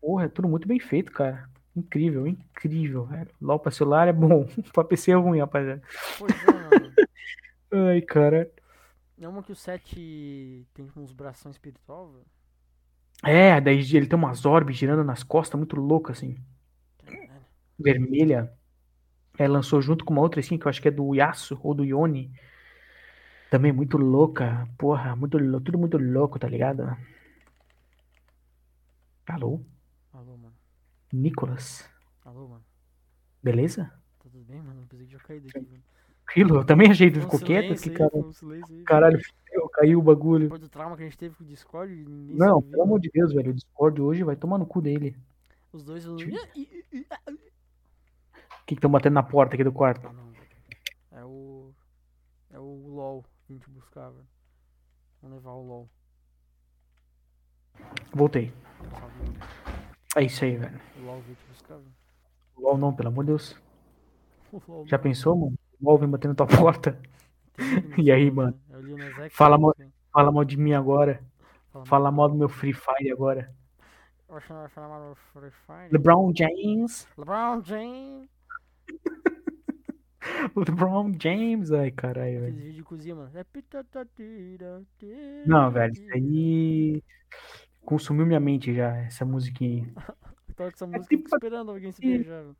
[SPEAKER 1] Porra, é tudo muito bem feito, cara. Incrível, incrível, velho. LOL pra celular é bom. pra PC é ruim, rapaziada.
[SPEAKER 2] Pois é, mano.
[SPEAKER 1] Ai, cara.
[SPEAKER 2] Não é uma que o 7 tem uns bração espiritual, velho?
[SPEAKER 1] É, daí ele tem umas orbes girando nas costas, muito louco, assim.
[SPEAKER 2] Caralho.
[SPEAKER 1] vermelha, é, lançou junto com uma outra skin que eu acho que é do Yasuo ou do Yone. Também muito louca, porra, muito lou- tudo muito louco, tá ligado? Alô,
[SPEAKER 2] Alô, mano.
[SPEAKER 1] Nicolas,
[SPEAKER 2] Alô, mano.
[SPEAKER 1] beleza?
[SPEAKER 2] Tá tudo bem, mano? Eu pensei que já caí daqui, velho.
[SPEAKER 1] Hilo, eu também achei que
[SPEAKER 2] Foi um
[SPEAKER 1] ficou quieto,
[SPEAKER 2] silêncio
[SPEAKER 1] que
[SPEAKER 2] aí,
[SPEAKER 1] cara,
[SPEAKER 2] foi um silêncio aí, velho.
[SPEAKER 1] caralho, fudeu, caiu o bagulho.
[SPEAKER 2] Depois do trauma que a gente teve com o Discord, ninguém
[SPEAKER 1] Não,
[SPEAKER 2] se
[SPEAKER 1] pelo amor de Deus, velho, o Discord hoje vai tomar no cu dele.
[SPEAKER 2] Os dois... eu-
[SPEAKER 1] O que que estão batendo na porta aqui do quarto?
[SPEAKER 2] Ah, não. velho. É o... É o LoL que a gente buscar, velho. Vamos levar o LoL.
[SPEAKER 1] Voltei.
[SPEAKER 2] Salve, mano.
[SPEAKER 1] É isso aí, velho.
[SPEAKER 2] O LoL veio te buscar, velho.
[SPEAKER 1] LOL não, pelo amor de Deus.
[SPEAKER 2] O LoL,
[SPEAKER 1] Já pensou, mano? O LOL vem batendo na tua porta. E aí, mano?
[SPEAKER 2] É o Lil Nas X,
[SPEAKER 1] Fala,
[SPEAKER 2] né,
[SPEAKER 1] mo-
[SPEAKER 2] assim.
[SPEAKER 1] Fala mal de mim agora.
[SPEAKER 2] Fala, mano.
[SPEAKER 1] Fala mal do meu Free Fire agora.
[SPEAKER 2] Vai chamar- vai chamar o Free Fire?
[SPEAKER 1] LeBron James.
[SPEAKER 2] LeBron James.
[SPEAKER 1] LeBron James. Ai, caralho, velho.
[SPEAKER 2] Aqueles vídeos de cozinha, mano. É pitatatira, tira,
[SPEAKER 1] Não, velho, isso
[SPEAKER 2] tira.
[SPEAKER 1] aí consumiu minha mente já, essa musiquinha. aí.
[SPEAKER 2] Toca essa música, eu fico
[SPEAKER 1] tipo
[SPEAKER 2] esperando alguém se
[SPEAKER 1] assim.
[SPEAKER 2] beijar. velho.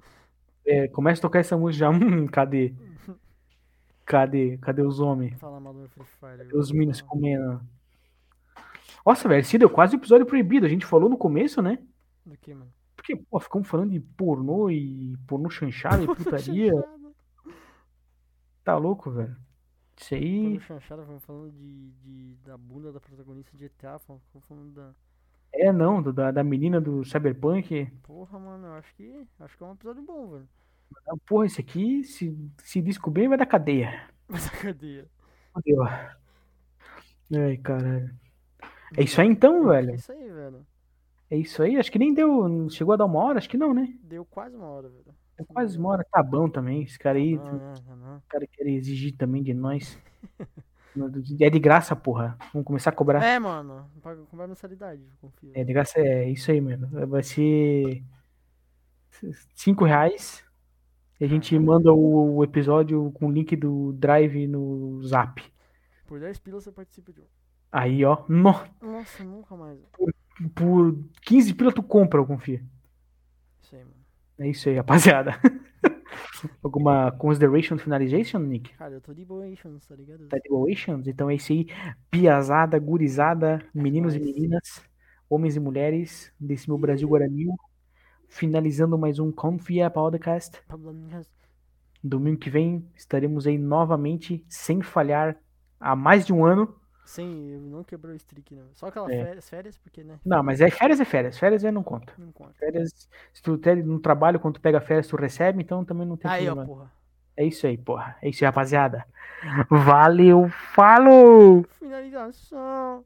[SPEAKER 1] É, começa a tocar essa música já. Hum, cadê? Cadê? Cadê os homens?
[SPEAKER 2] Falar mal do meu Free Fire.
[SPEAKER 1] Cadê
[SPEAKER 2] agora,
[SPEAKER 1] os meninos
[SPEAKER 2] porra.
[SPEAKER 1] comendo? Nossa, velho, se deu quase o episódio proibido. A gente falou no começo, né?
[SPEAKER 2] Do que, mano?
[SPEAKER 1] Porque, pô, ficamos falando de pornô e pornô chanchado e putaria.
[SPEAKER 2] Chanchada.
[SPEAKER 1] Tá louco, velho. Isso aí
[SPEAKER 2] Falando chanchada, vamos falando de, de- da bunda da protagonista de GTA. Vamos falando da.
[SPEAKER 1] é não, do- da, da menina do Cyberpunk.
[SPEAKER 2] Porra, mano, eu acho que. Acho que é um episódio bom, velho.
[SPEAKER 1] Ah, Porra, esse aqui, se, se descobrir, vai dar cadeia.
[SPEAKER 2] Mas a cadeia.
[SPEAKER 1] Fudeu. Ai, caralho. É isso aí então,
[SPEAKER 2] É
[SPEAKER 1] velho?
[SPEAKER 2] isso aí, velho.
[SPEAKER 1] É isso aí? Acho que nem deu. não Chegou a dar uma hora? Acho que não, né?
[SPEAKER 2] Deu quase uma hora, velho.
[SPEAKER 1] Deu quase uma hora. Tá bom também. Esse cara aí,
[SPEAKER 2] Não,
[SPEAKER 1] o
[SPEAKER 2] não, não, não.
[SPEAKER 1] cara quer exigir também de nós. É de graça, porra. Vamos começar a cobrar.
[SPEAKER 2] É, mano. Paga, comprar mensalidade, eu confio.
[SPEAKER 1] É de graça, é isso aí, mano. Vai ser. cinco reais. E a gente manda o, o episódio com o link do Drive no Zap.
[SPEAKER 2] Por 10 pilas você participa de um.
[SPEAKER 1] Aí, ó. Nossa.
[SPEAKER 2] Nossa, nunca mais.
[SPEAKER 1] por 15 pila tu compra, eu confio.
[SPEAKER 2] Isso aí, mano.
[SPEAKER 1] É isso aí, rapaziada. Alguma consideration finalization, Nick?
[SPEAKER 2] Cara, eu tô de boa, hein, Chance, tá ligado?
[SPEAKER 1] Tadibations? Então é isso aí. Piazada, gurizada, meninos e
[SPEAKER 2] É nóis.
[SPEAKER 1] meninas, homens e mulheres desse meu Brasil Guarani. Finalizando mais um Confia Podcast.
[SPEAKER 2] Pablo né? Minhas.
[SPEAKER 1] Domingo que vem estaremos aí novamente, sem falhar, há mais de um ano.
[SPEAKER 2] Sim, eu não quebrou o streak, né? Só aquelas
[SPEAKER 1] É.
[SPEAKER 2] férias, férias, porque, né?
[SPEAKER 1] Não, mas é férias é férias. Férias eu não conto.
[SPEAKER 2] Não conta.
[SPEAKER 1] Férias, se tu tem no trabalho, quando tu pega férias, tu recebe, então também não tem
[SPEAKER 2] Aí, ó,
[SPEAKER 1] problema.
[SPEAKER 2] porra.
[SPEAKER 1] É isso aí, porra. É isso aí, rapaziada. Valeu, falou!
[SPEAKER 2] Finalização.